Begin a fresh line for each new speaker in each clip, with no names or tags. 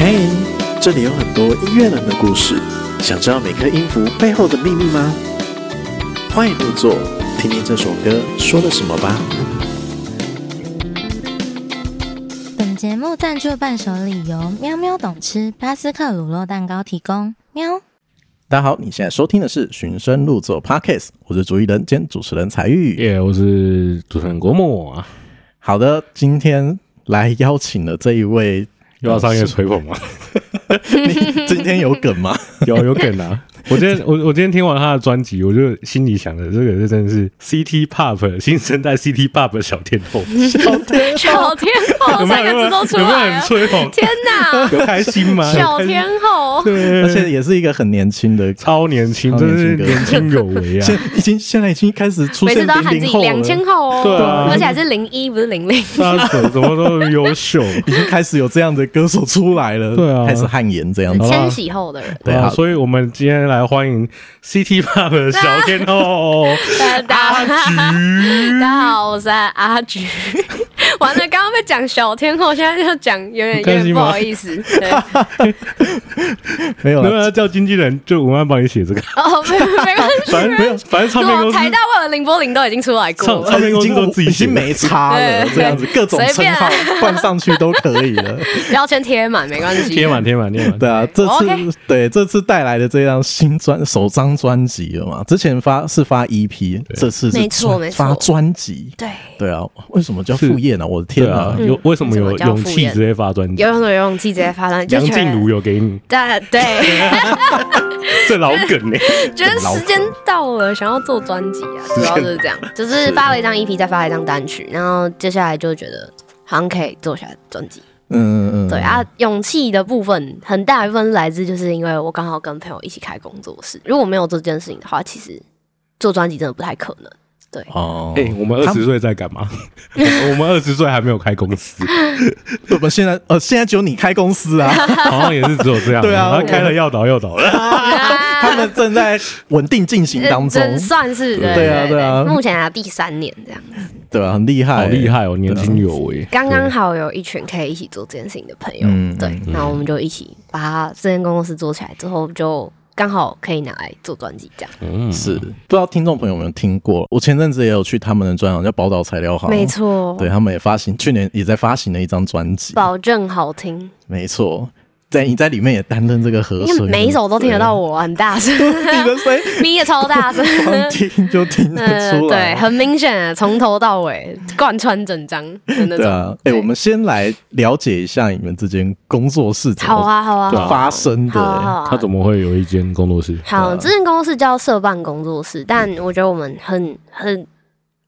哎这里有很多音乐人的故事，想知道每颗音符背后的秘密吗？欢迎入座，听听这首歌说了什么吧。
本节目赞助伴手礼由喵喵懂吃巴斯克乳酪蛋糕提供。喵，
大家好，你现在收听的是《寻声入座》Podcast，我是主持人兼主持人才玉。
耶我是主持人国木啊，
好的，今天来邀请的这一位，呃
又要商业吹捧吗？
你今天有梗吗？
有
哦
有梗啊！ 我今天我我今天听完他的专辑，我就心里想的，这个是真的是 CT Pop 新生代 CT Pop 小天后，
小天后
有没
三
有有
个
没有
字都出
有没
来
有很
了，
吹捧？
天哪！
有开心吗？
小天后，
对，
而且也是一个很年轻 的，
超年轻，
超
真
年
是
轻的
年轻有为啊！
现已经现在已经开始出
每
现
次都要喊
零
自
零
己
后
两
了，
千后哦，
对啊
而且还是零一不是零零，
他怎怎么都很优秀，
已经开始有这样的歌手出来了，
对啊
开始汗颜这样子。
千禧后 的人。
对
啊，
啊，
所以我们今天来欢迎 CT Pop 的小天 后
大
阿
家
菊。
大家好，我是阿菊。 完了，刚刚被讲小天后，现在就讲有点有
开
点
心
不
吗
好意思。 对，
没有啊
没有
了，
要叫经纪人，就文案帮你写这个。
哦，没没关系。
反正反正唱片
我
公司
台大为了林柏林都已经出来过
唱
了，
唱片公
已
司
经
都自己
已
写
经
的，
没差了，
对
这样子各种
随
称
便啊
号换上去都可以 了。
标签贴满没关系。
贴满贴满贴满。
对啊，这次
哦 OK
对这次带来的这张新专首张专辑了嘛？之前发是发 EP，这次是
没错
专
没错
发专辑。
对，
对啊，为什么叫
是
副业呢？我的天
对
啊
啊，！有为什么
为
有
什么叫
勇
敷
气
衍
直接发专辑
有？有有勇气直接发上，就
梁
觉得
静茹有给你，
对对，
这老 梗呢？
觉得时间到了，想要做专辑啊，主要就是 这样，就是发了一张 EP，再发了一张单曲，然后接下来就觉得好像可以做下专辑。
嗯嗯嗯，
对啊，勇气的部分很大一部分是来自，就是因为我刚好跟朋友一起开工作室，如果没有这件事情的话，其实做专辑真的不太可能。
哦，
哎，我们二十岁在干 嘛？我们二十岁还没有开公司，
我们现在呃，现在只有你开公司啊，
好像也是只有 这样。
对啊
然后开了要倒要倒了。
他们正在 稳定进行当中，
真算是对
对啊对啊
目前啊第三年这样，
对啊，很厉害，
好厉害哦，年轻有为。
啊刚刚好有一群可以一起做这件事情的朋友，
嗯
对，然后我们就一起把它这间工作室做起来之后，就刚好可以拿来做专辑这样。
嗯，
是，不知道听众朋友有没有听过？我前阵子也有去他们的专场，叫宝岛材料行，
没，错，
对他们也发行，去年也在发行了一张专辑，
保证好听，
没错，在你在里面也担任这个和
因为
声，
每一首都听得到我很大声，
对 你的声音，
咪也超大声。
光听就听 得
嗯，
出
对，
来，
很明显，从头到尾贯穿整张的那
对
种。
啊，哎，我们先来了解一下你们之间工作室怎
好
么
啊，好啊，好啊
发生的
好啊，好
欸，
啊。
他怎么会有一间工作室？
好，这间公司叫社办工作室，但我觉得我们很很。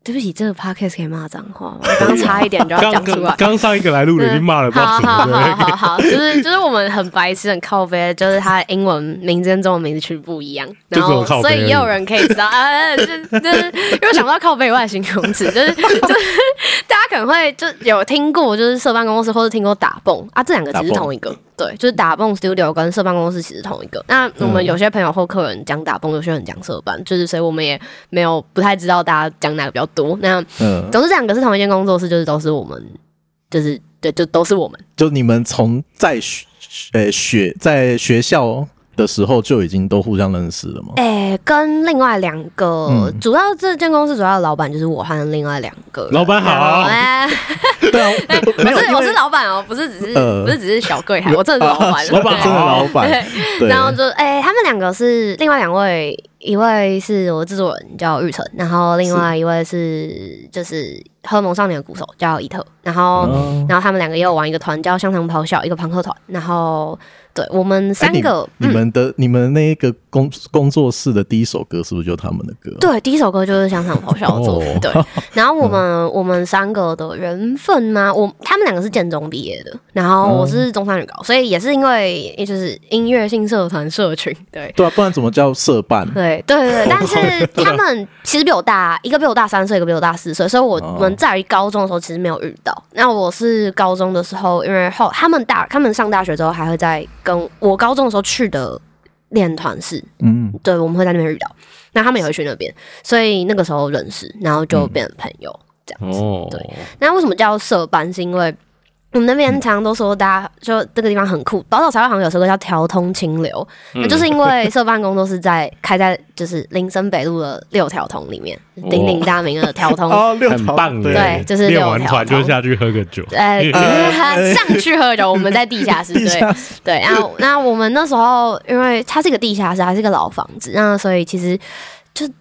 对不起，这个 podcast 可以骂脏话吗？我刚刚差一点就要
刚
讲出来
刚。刚上一个来录的已经骂了，不知道
好
什么
好好
对
好好， 就是就是我们很白痴很靠背，就是他的英文名字跟中文名字取不一样，然
就只有
后
靠背
所
而
以
已
也有人可以知道，呃，就就是因为我想不到靠背以外的形容词，就是就是大家可能会就有听过，就是社办公室或者听过打蹦啊，这两个其实是
打蹦
同一个，对，就是打蹦 studio 跟社办公室其实同一个。那我
嗯
们有些朋友或客人讲打蹦，有些人讲社办，就是所以我们也没有不太知道大家讲哪个比较多。那
嗯，
总之，这两个是同一间工作室，就是都是我们，就是对，就都是我们。
就你们从在学呃学在学校的时候就已经都互相认识了 吗？
哎、跟另外两个、
哦嗯
主要这间公司主要的老板就是我和另外两个人
老板好
哎
对啊，
不
没有，
是
因
我
为
是老板哦，不是只是、
呃
不是只是小柜台，我真的是老板。
老板
对
真的老板，对，
然后就哎、他们两个是另外两位，一位是我制作人叫玉成，然后另外一位是就是荷蒙少年的鼓手叫伊特，然后、
哦
然后他们两个也有玩一个团叫香肠咆哮，一个朋克团，然后对我们三个、
哎你你们的、你们那个工工作室的第一首歌是不是就他们的歌？
对，第一首歌就是香肠咆哮的作品。
哦
对，然后我们、我们三个的缘分吗？我他们两个是建中毕业的，然后我是中山女高，所以也是因为就是音乐性社团社群，对。
对啊，不然怎么叫社办？
对对对，对但是他们其实比我大，一个比我大三岁，一个比我大四岁，所以我
哦
们在于高中的时候其实没有遇到。那我是高中的时候，因为后他们大，他们上大学之后还会在跟我高中的时候去的练团室，
嗯，
对，我们会在那边遇到。那他们也会去那边，所以那个时候
嗯
认识，然后就变成朋友、这样子。
哦，
对那为什么叫社班？是因为我们那边
嗯
常常都说，大家就这个地方很酷。宝岛茶会好像有首歌叫《调通清流》，
嗯
那就是因为社办公都是在开在就是林森北路的六条通里面，鼎鼎大名的调通。
哦，六
很
条
棒的，
对就是
练
六
完
条
团就
通
下去喝个酒，
呃
呃，
上去喝酒，我们在地下 室，
地
对
下室
对。然后，那我们那时候，因为它是一个地下室，还是一个老房子，那所以其实就就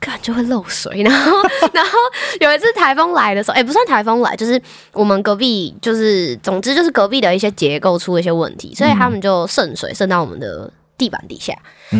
感觉会漏水。然后，然后有一次台风来的时候，哎也不算台风来，就是我们隔壁，就是总之就是隔壁的一些结构出了一些问题，所以他们就渗水渗到我们的地板底下。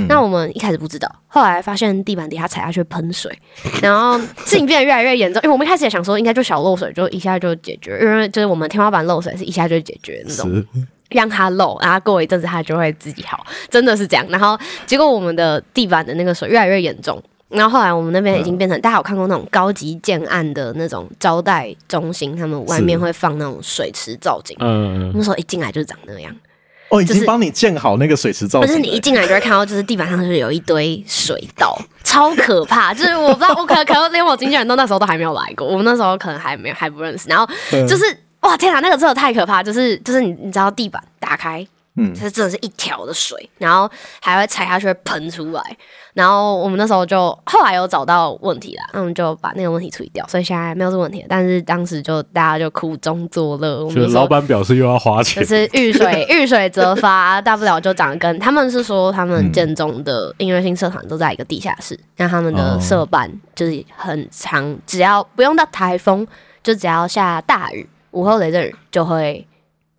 那我们一开始不知道，后来发现地板底下踩下去会喷水，然后事情变得越来越严重。因为我们一开始也想说，应该就小漏水就一下就解决，因为就是我们天花板漏水是一下就解决那种，
是
让它漏，然后过一阵子它就会自己好，真的是这样。然后结果我们的地板的那个水越来越严重。然后后来我们那边已经变成，大家有看过那种高级建案的那种招待中心，他们外面
是
会放那种水池造景。
嗯，
我们说一进来就是长那样，
哦，已
就
经
是
帮你建好那个水池造
不
型了，
是你一进来就会看到，就是地板上就是有一堆水道，超可怕。就是我不知道，我可能可能连我经纪人都那时候都还没有来过，我们那时候可能还没有还不认识。然后
嗯
就是、哇，天哪，那个真的太可怕！就是就是你你知道地板打开，
嗯
就是真的是一条的水，然后还会踩下去会喷出来。然后我们那时候就后来有找到问题啦，那我们就把那个问题处理掉，所以现在没有这个问题了。但是当时就大家就苦中作乐，我
就
们
是
说
老板表示又要花
嗯就
钱，
是遇 水遇水则发，大不了就长得跟他们是说他
嗯
们建中的音乐性社团都在一个地下室，那他们
哦
的社办就是很长，只要不用到台风，就只要下大雨，午后雷阵雨就会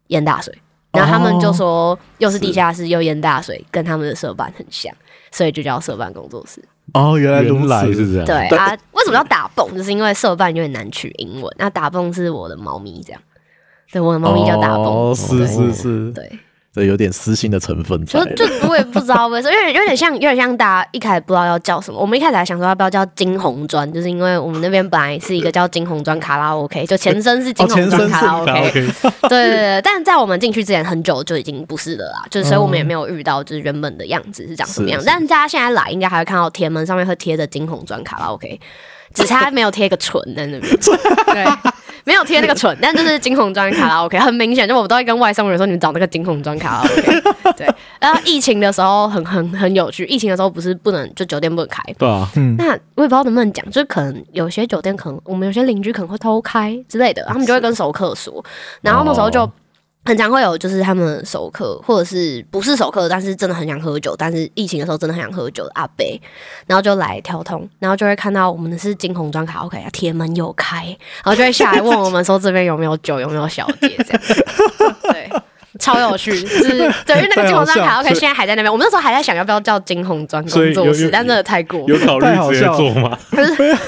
淹大水。
哦
然后他们就说，又是地下室又淹大水，跟他们的社办很像，所以就叫社办工作室。
哦，原来如
原来
此，
是这样，
对
对
啊，为什么要打蹦？就是因为社办有点难取英文，那打蹦是我的猫咪这样，对，我的猫咪叫打蹦，
哦，是
对
是是，
对。
这有点私心的成分在
就
了，
就我也不知道为什么，有点有点像有点像大家一开始不知道要叫什么。我们一开始还想说要不要叫金红砖，就是因为我们那边本来是一个叫金红砖卡拉 OK，就哦前身是金红砖卡拉 OK，、
卡拉 OK，
对对对。但在我们进去之前很久就已经不是了啦，就是所以我们也没有遇到就是原本的样子是长什么样。
嗯是是
但大家现在来应该还会看到铁门上面会贴着金红砖卡拉 OK，只差没有贴一个唇在 那边。对。没有贴那个唇，但就是金红砖卡拉 OK，很明显，就我都会跟外送人说，你们找那个金红砖卡拉 OK。对，然后疫情的时候很很很有趣，疫情的时候不是不能就酒店不能开，
对啊，
那我也不知道能不能讲，就是可能有些酒店可能我们有些邻居可能会偷开之类的，他们就会跟熟客说，然后那时候就
啊哦。
很常会有，就是他们熟客，或者是不是熟客，但是真的很想喝酒，但是疫情的时候真的很想喝酒的阿贝，然后就来调通，然后就会看到我们的是金红砖卡 OK，铁门有开，然后就会下来问我们说这边有没有酒，有没有小姐这样， 对，超有趣，就是对，因为那个金红砖
太好笑
卡 OK
了
现在还在那边，我们那时候还在想要不要叫金红砖
所以
工作
有有
室，但真的太过分了
有考虑
太好
直接
笑了
做吗？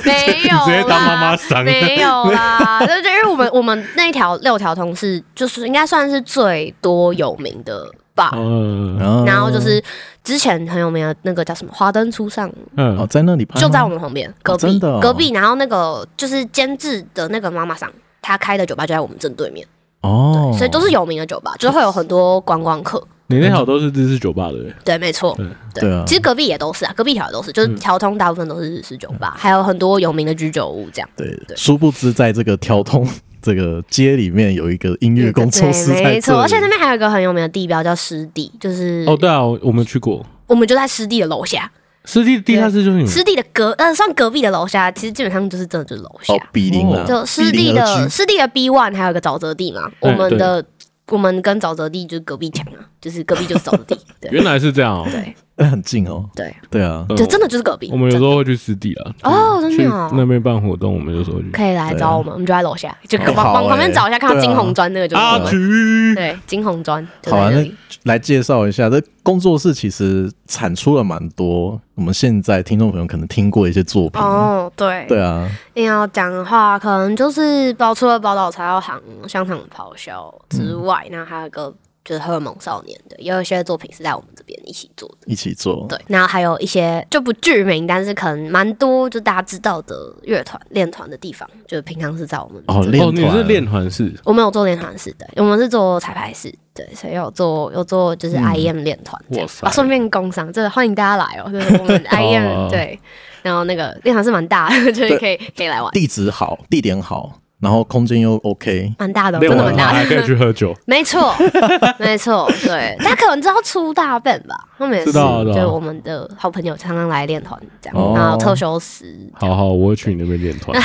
没有啦，
你直接当妈妈桑
没有啦，就是因为我们我们那一条六条通是就是应该算是最多有名的吧。
嗯
哦
然后就是之前很有名的那个叫什么《华灯初上
哦，
嗯，
在那里拍》，吗，
就在我们旁边隔壁、
真的哦
隔壁，然后那个就是监制的那个妈妈桑，她开的酒吧就在我们正对面，
哦，
所以都是有名的酒吧，就是会有很多观光客。
你那条都是日式酒吧的，
对，没错，对
对啊
其实隔壁也都是啊，隔壁条也都是，就是条通大部分都是日式酒吧，还有很多有名的居酒屋这样。
对，
对
殊不知在这个调通 这个街里面有一个音乐工作室在
对，
这
没错，
里，
而且那边还有一个很有名的地标叫湿地，就是
哦，对啊，我我们去过，
我们就在湿地的楼下，
湿地地下室就是
嗯
你们
湿地的隔呃算隔壁的楼下，其实基本上就是真的就是楼下，
哦，比邻啊，
就湿
比
地
邻而
的
居 嗯
湿地的 B one 还有一个沼泽地嘛，我
哎
们的我们跟沼泽地就是隔壁墙啊，就是隔壁就是沼泽 地，
嗯
对
原来是这样哦，
对
那很近哦，
对，
对啊，
嗯
就真的就是隔壁，
我们有
真
时
的
候会去湿地啊，
哦真
去
的哦
那边办活动，我们有时候去
可以来找我们，我们就在楼下，就
很
往
啊好
往旁
哎
边找一下，看到
对啊
金红砖那个就是我
阿
们，
菊，
对，金红砖就
好
在
啊，
那
那
里，
来介绍一下，这工作室其实产出了蛮多，我们现在听众朋友可能听过一些作品，
哦，对
对啊，
硬要讲的话，可能就是包除了宝岛茶药行、香肠咆哮之外，那还有一个就是荷尔蒙少年的，也有一些作品是在我们这边一起做的。
一起做，
对，然后还有一些就不具名，但是可能蛮多就大家知道的乐团练团的地方，就是平常是在我们
哦，
嗯
这
练
哦，你
团
是练团式，
我们有做练团式的，我们是做彩排式，对，所以有做有做就是 IM 练团这样
哇，塞
啊，顺便工商，这个欢迎大家来哦，就是我 们 IM 对，然后那个练团是蛮大的，就是可以可以来玩。
地址好，地点好，
然后空间又 OK，
蛮大的哦，
练
真的
完
蛮
趴
大
还可以
的。
去喝 酒，
没错， 没错，对，他可能知道出大便吧，他们也是，
知道知道
就我们的好朋友常常来练团这
哦
样，然后特修斯，
好好，我会去你那边练 团。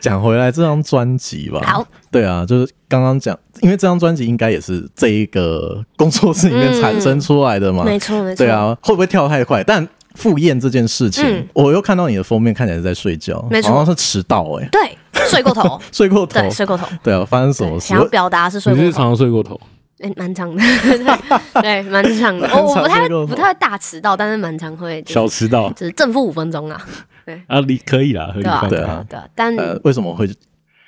讲回来这张专辑吧。
好，
对啊，就是刚刚讲，因为这张专辑应该也是这一个工作室里面产生出来的嘛。
嗯没错没错，
对，啊，会不会跳太快？但赴宴这件事情，
嗯
我又看到你的封面看起来是在睡觉，
没错
好像是迟到哎、
对，睡 过头，
睡过头
哦
对，。睡过头，
对啊，发生什么
对，
事
想？要表达是睡
你
过
是
头，
常常睡过头？
哎，蛮长的，对对，蛮长的，我我不
蛮常睡
太
过头
不太会大迟到，但是蛮常会就是
小迟到
就是正负五分钟啊，
啊，你可以啦，合理
对啊
范
对
围。
啊
对啊，但
呃，为什么会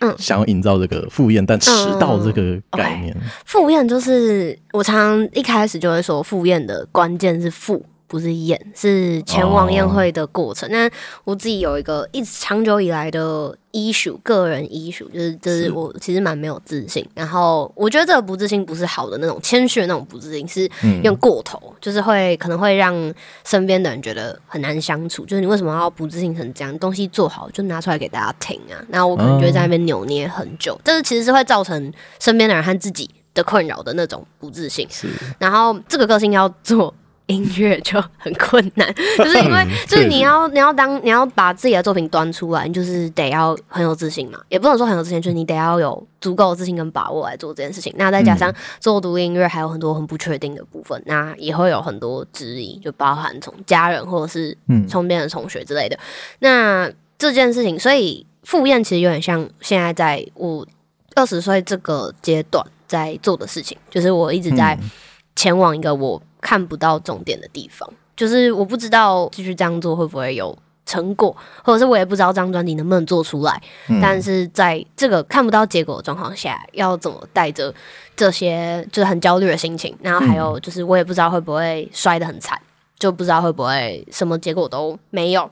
嗯
想要营造这个赴宴但迟到这个概念？
赴宴就是我常常一开始就会说，赴宴的关键是赴，不是宴，是前往宴会的过程。那我自己有一个一直长久以来的 issue，个人 issue，就是就是我其实蛮没有自信。然后我觉得这个不自信不是好的那种谦虚的那种不自信，是有点过头，就是会可能会让身边的人觉得很难相处。就是你为什么要不自信成这样？东西做好就拿出来给大家听啊。然后我可能就会在那边扭捏很久，这个其实是会造成身边的人和自己的困扰的那种不自信。然后这个个性要做。音乐就很困难， 就是因为就是你要你要当你要把自己的作品端出来，你就是得要很有自信嘛，也不能说很有自信，就是你得要有足够的自信跟把握来做这件事情。那再加上做独立音乐还有很多很不确定的部分，那也会有很多质疑，就包含从家人或者是
嗯
从别人同学之类的。那这件事情，所以赴宴其实有点像现在在我二十岁这个阶段在做的事情，就是我一直在前往一个我看不到重点的地方，就是我不知道继续这样做会不会有成果，或者是我也不知道这张专辑能不能做出来。
嗯
但是在这个看不到结果的状况下，要怎么带着这些就是很焦虑的心情，然后还
嗯
有就是我也不知道会不会摔得很惨，就不知道会不会什么结果都没有。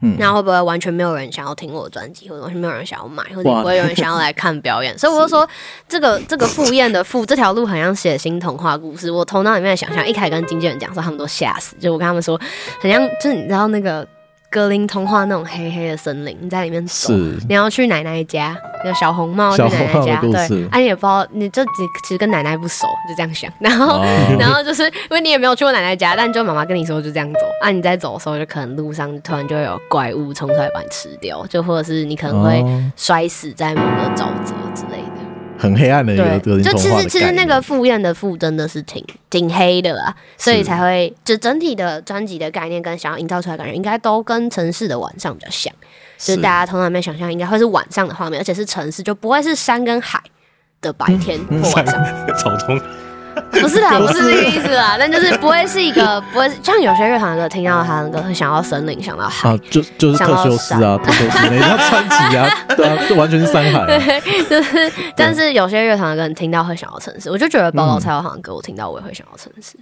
嗯
然后会不会完全没有人想要听我的专辑，或者完全没有人想要买，或者
哇
不会有人想要来看表 演？所以我就说，这个这个赴宴的赴这条路很像写新童话故事。我头脑里面的想象，一开始跟经纪人讲说，他们都吓死，就我跟他们说，很像就是你知道那个格林童话那种黑黑的森林，你在里面走，
是
你要去奶奶家，有小红帽去
小
奶奶
红帽的
家，
故
对
事，
啊，你也不知道，你就只其实跟奶奶不熟，就这样想，然
哦
后。 然后就是因为你也没有去过奶奶家，但就妈妈跟你说就这样走啊，你在走的时候就可能路上突然就会有怪物冲出来把你吃掉，就或者是你可能会
哦
摔死在某个沼泽之类的。
很黑暗的一个德林
就
童
其
话
实
的
其
概
实那
念
个赴宴的赴真的是挺挺黑的啦，所以
是
才会就整体的专辑的概念跟想要营造出来的感觉，应该都跟城市的晚上比较像，就是大家通常没想象应该会是晚上的画面，而且是城市，就不会是山跟海的白天或晚上。
草丛
不是啦，不是这个意思啦，但就是不会是一个不会是像有些乐团的歌，听到他的歌会想到森林，想到海，
啊，就就是特修斯啊，特修斯那张专辑啊， 对啊，就完全是山海啊、
就是但是有些乐团的歌你听到会想到城市，我就觉得宝岛蔡友航的歌，我听到我也会想到城市，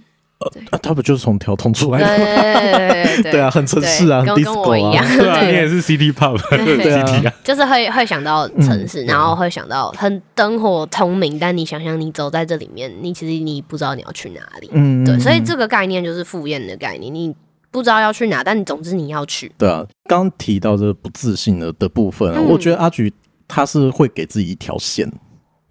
啊他不就是从条通出来
对
的吗？
对对对
对啊，很城市啊，
对
很
跟跟我
disco
一样
啊，，
对啊，你也
对，
是 CD pop
对
CD 啊
啊，
就是会会想到城
嗯
市，然后会想到很灯火通明，但你想想你走在这里面，你其实你不知道你要去哪里，
嗯，
对，所以
嗯
这个概念就是赴宴的概念，你不知道要去哪，但你总之你要去，
对啊，刚提到这个不自信的的部分啊、
嗯
我觉得阿菊她是会给自己一条线。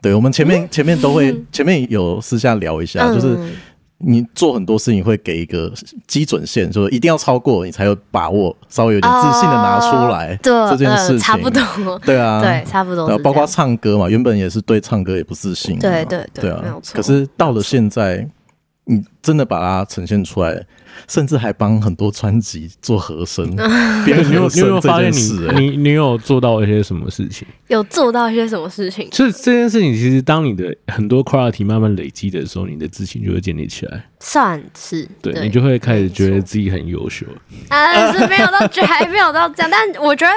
对，我们前面前面都会，前面有私下聊一下，啊就是
嗯
你做很多事情会给一个基准线，就是一定要超过你才有把握，稍微有点自信的拿出来、
对
这件事情、
呃、差不。多，
对啊，
对，差不多
然
是
后
这样，
包括唱歌嘛，原本也是对唱歌也不自信嘛，
对对对
对
没
啊
有。错
可是到了现在，你真的把它呈现出来，甚至还帮很多专辑做和 声， 编
你有
和
你有没有
声
发
这
现
件事，
你
哎
你你有做到一些什么事情？
有做到一些什么事情？
就是这件事情，其实当你的很多 quality 慢慢累积的时候，你的自信就会建立起来，
算是
对你就会开始觉得自己很优秀。
啊，是没有到， 就还没有到这样，但我觉得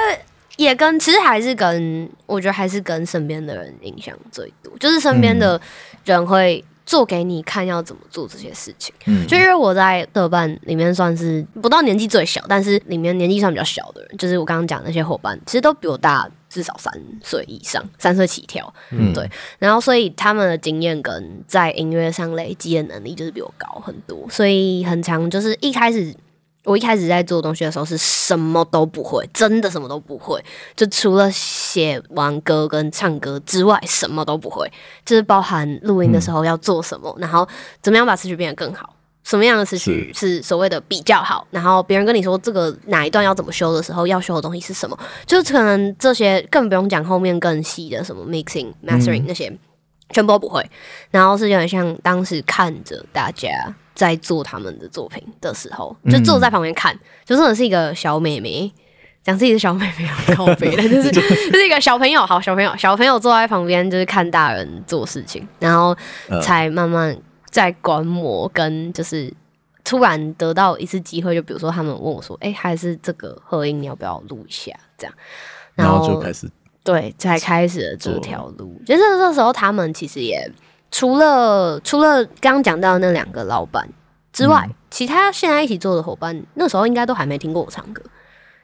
也跟其实还是跟我觉得还是跟身边的人影响最多，就是身边的人会做给你看要怎么做这些事情。
嗯
就因为我在德班里面算是不到年纪最小，但是里面年纪算比较小的人，就是我刚刚讲的那些伙伴，其实都比我大至少三岁以上，三岁起跳。
嗯
对然后所以他们的经验跟在音乐上累积的能力就是比我高很多，所以很常就是一开始我一开始在做东西的时候是什么都不会，真的什么都不会，就除了写完歌跟唱歌之外，什么都不会，就是包含录音的时候要做什么，然后怎么样把词曲变得更好，什么样的词曲是所谓的比较好，然后别人跟你说这个哪一段要怎么修的时候，要修的东西是什么，就是可能这些更不用讲后面更细的什么 mixing、mastering 那些。全部都不会，然后是有点像当时看着大家在做他们的作品的时候，就坐
嗯
在旁边看，就真的是一个小妹妹，讲自己是小妹妹好靠背的，就是 就是一个小朋友，好小朋友，小朋友坐在旁边就是看大人做事情，然后
嗯
才慢慢在观摩跟就是。突然得到一次机会，就比如说他们问我说：“哎、还是这个合音你要不要录一下？”这样，
然后就开始
对，才开始了这
做
条路。其实那时候他们其实也除了除了刚刚讲到的那两个老板之外，
嗯
其他现在一起做的伙伴，那时候应该都还没听过我唱歌，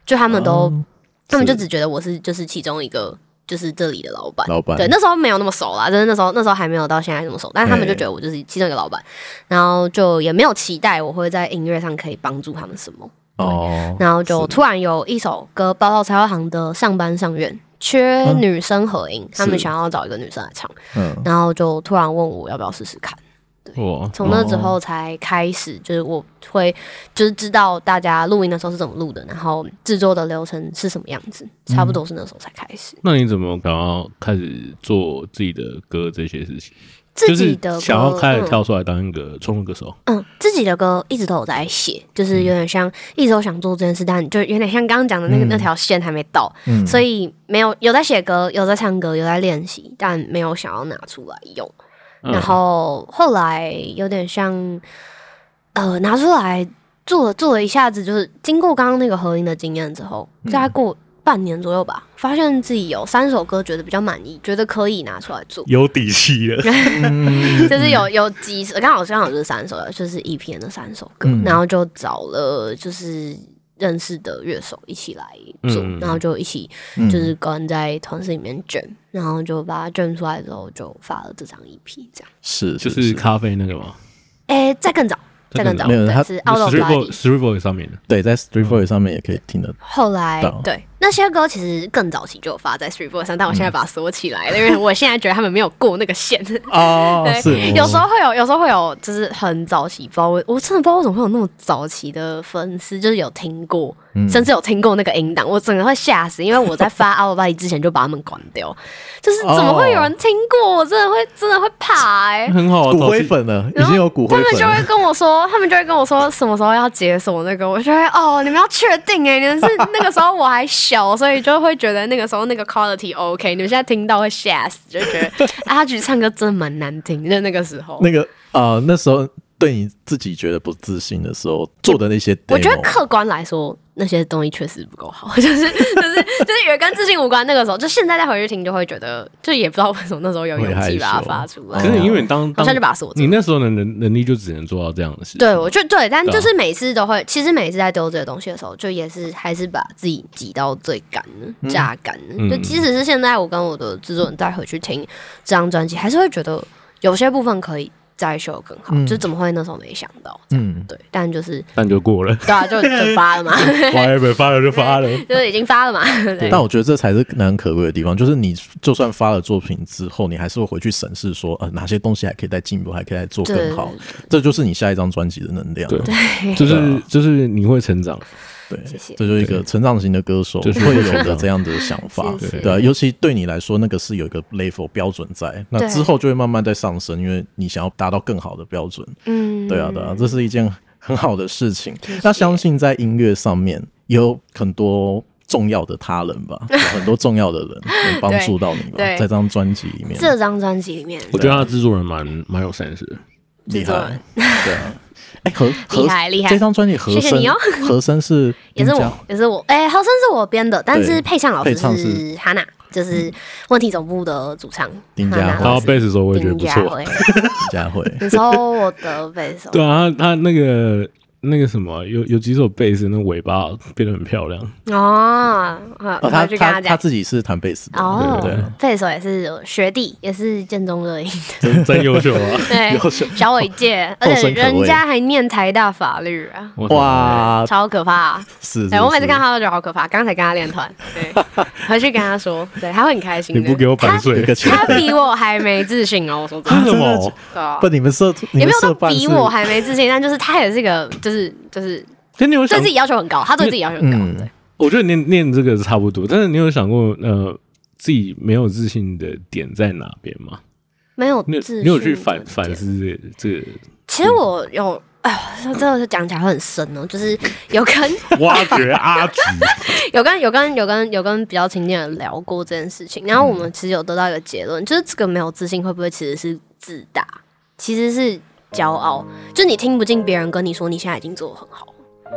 就他们都、
哦
嗯
他们就是只觉得我是就是其中一个就是这里的老板。
老板
对，那时候没有那么熟啦，就是那时候那时候还没有到现在这么熟，但是他们就觉得我就是其中一个老板，然后就也没有期待我会在音乐上可以帮助他们什么。
哦，
然后就是突然有一首歌报到材料行的上班上院，缺女生合音，啊他们
是
想要找一个女生来唱，
嗯
然后就突然问我要不要试试看。
哇，
从那之后才开始，就是我会就是知道大家录音的时候是怎么录的，然后制作的流程是什么样子，差不多是那时候才开始。
那你怎么想要开始做自己的歌这些事情？
自己
就
的歌
是想要开始跳出来当一个创作歌手。
嗯，自己的歌一直都有在写，就是有点像一直都想做这件事，但就有点像刚刚讲的那个、那条线还没到，
嗯
所以没有有在写歌，有在唱歌，有在练习，但没有想要拿出来用。
嗯
然后后来有点像，呃，拿出来做了做了一下子，就是经过刚刚那个合音的经验之后，大概过半年左右吧，发现自己有三首歌觉得比较满意，觉得可以拿出来做。
有底气 了，
就是
嗯
有有几首，刚好刚好就是三首，就是 EP 的那三首歌，
嗯
然后就找了就是认识的乐手一起来做，
嗯
然后就一起
嗯
就是关在团室里面卷，然后就把它卷出来之后就发了这张 EP，这样。
是
就是是咖啡那个嘛，
哎、再更早，再更早，
没有
对，
他
是 Out of
s t r e e
Body
Boy。s t r e e Boy 上面的。
哦
对，在 Street Voice 上面也可以听得到。
后来
到
对那些歌其实更早期就有发在 Street Boy 上，但我
嗯
现在把它锁起来了，因为我现在觉得他们没有过那个线。
哦
对，
是
有时候会有，有时候会有，就是很早期，不知道为我真的不知道为什么会有那么早期的粉丝，就是有听过，
嗯
甚至有听过那个音档，我整个会吓死，因为我在发 阿 u 巴 b 之前就把他们关掉，就是怎么会有人听过？我真的会真的会怕哎、
很好啊，
骨
早
灰
期
粉了，已
然后
经有骨
他
灰
们
粉
就会
了。
跟我说，他们就会跟我说什么时候要解锁那个，我就会哦，你们要确定哎、你们是那个时候我还小，所以就会觉得那个时候那个 quality OK，你们现在听到会吓死，就觉得 啊阿菊唱歌真的蛮难听的，就那个时候。
那个呃，那时候对你自己觉得不自信的时候做的那些 demo，
我
哦
觉得客观来说，那些东西确实不够好， 就是就是就是也跟自信无关。那个时候，就现在再回去听，就会觉得，就也不知道为什么那时候有
会
勇气
害
把它
羞
发出来。
可是因嗯为你当
好
当
像就把它锁住
你。那时候的能能力就只能做到这样的事情。
对，我就对，但
对啊
就是每次都会，其实每次在丢这个东西的时候，就也是还是把自己挤到最赶的、榨干的。
嗯
就即使是现在，我跟我的制作人再回去听这张专辑，还是会觉得有些部分可以再修得更好。
嗯
就怎么会那时候没想到？
嗯，
对，但就是
但就过 了，
对啊，就就发了嘛，
whatever，发了就发了。
就是已经发了嘛。对。
但我觉得这才是难可贵的地方，就是你就算发了作品之后，你还是会回去审视说，呃，哪些东西还可以再进步，还可以再做
对
更好，这就是你下一张专辑的能量。啊
对就是就是你会成长，
对
谢谢
这就是一个成长型的歌手
就是
会有的这样的想法，
谢谢
对啊，尤其对你来说，那个是有一个 level 标准在，那
对
之后就会慢慢在上升，因为你想要达到更好的标准，
嗯
对啊，对啊，这是一件很好的事情。那相信在音乐上面也有很多重要的他人 吧，有很多重要的人能帮助到你吧，
对
在这张专辑里面，
这张专辑里面，
我觉得他的制作人蛮蛮有 sense 的。
厉
制作
害
人，
对啊，哎，和
厉
和
害厉害
这张专辑和
谢谢
声
你哦
和声是
也是
音
我
家，
也是我，哎、和声是我编的，但是
对
配唱老
配
师
唱嗯
是哈娜，就是问题总部的主唱
丁
哈
家
娜
辉
然
老
后
师
贝斯手我也觉得
丁
不
家
错。
辉，
林家慧。
那时候我的贝斯手，
啊对啊，他他那个那个什么，有有几首贝斯那尾巴变得很漂 亮，
哦，好
哦，
我
他
去跟他
他他
讲。
自己是弹贝斯的，
哦
对对对，
贝手也是学弟，也是建中热 音，
真真优秀啊！
对，
优秀
小伟界，
后
而
生
且
可畏
人家还念台大法律啊，
我操，
哇，
超可怕、啊
是，是
对，哎我每次
是
看他都觉得好可怕。刚才跟他练团， 对，回去跟他说，对，他会很开心
你
的。
不给我版
有
税
一，个球
他，他比我还没自信哦，我说真
为
的，
什
真的
么？
对啊
不，你们社你
也
们
没有
社
到
办
比
是
我还没自信，但就是他也是个，就是就是
可你有
对
想
自己要求很高，他对自己要求很高，
嗯
对，
我觉得念念这个差不多，但是你有想过呃自己没有自信的点在哪边吗？
没有
你有
自信。
你有去反反？思这个这个
其实我有。哎呦，这个是讲起来会很深哦，就是有跟
挖掘阿 菊，
有跟有跟有跟有跟比较亲近的人聊过这件事情，然后我们其实有得到一个结论，就是这个没有自信会不会其实是自大，其实是骄傲，就你听不进别人跟你说你现在已经做的很好了。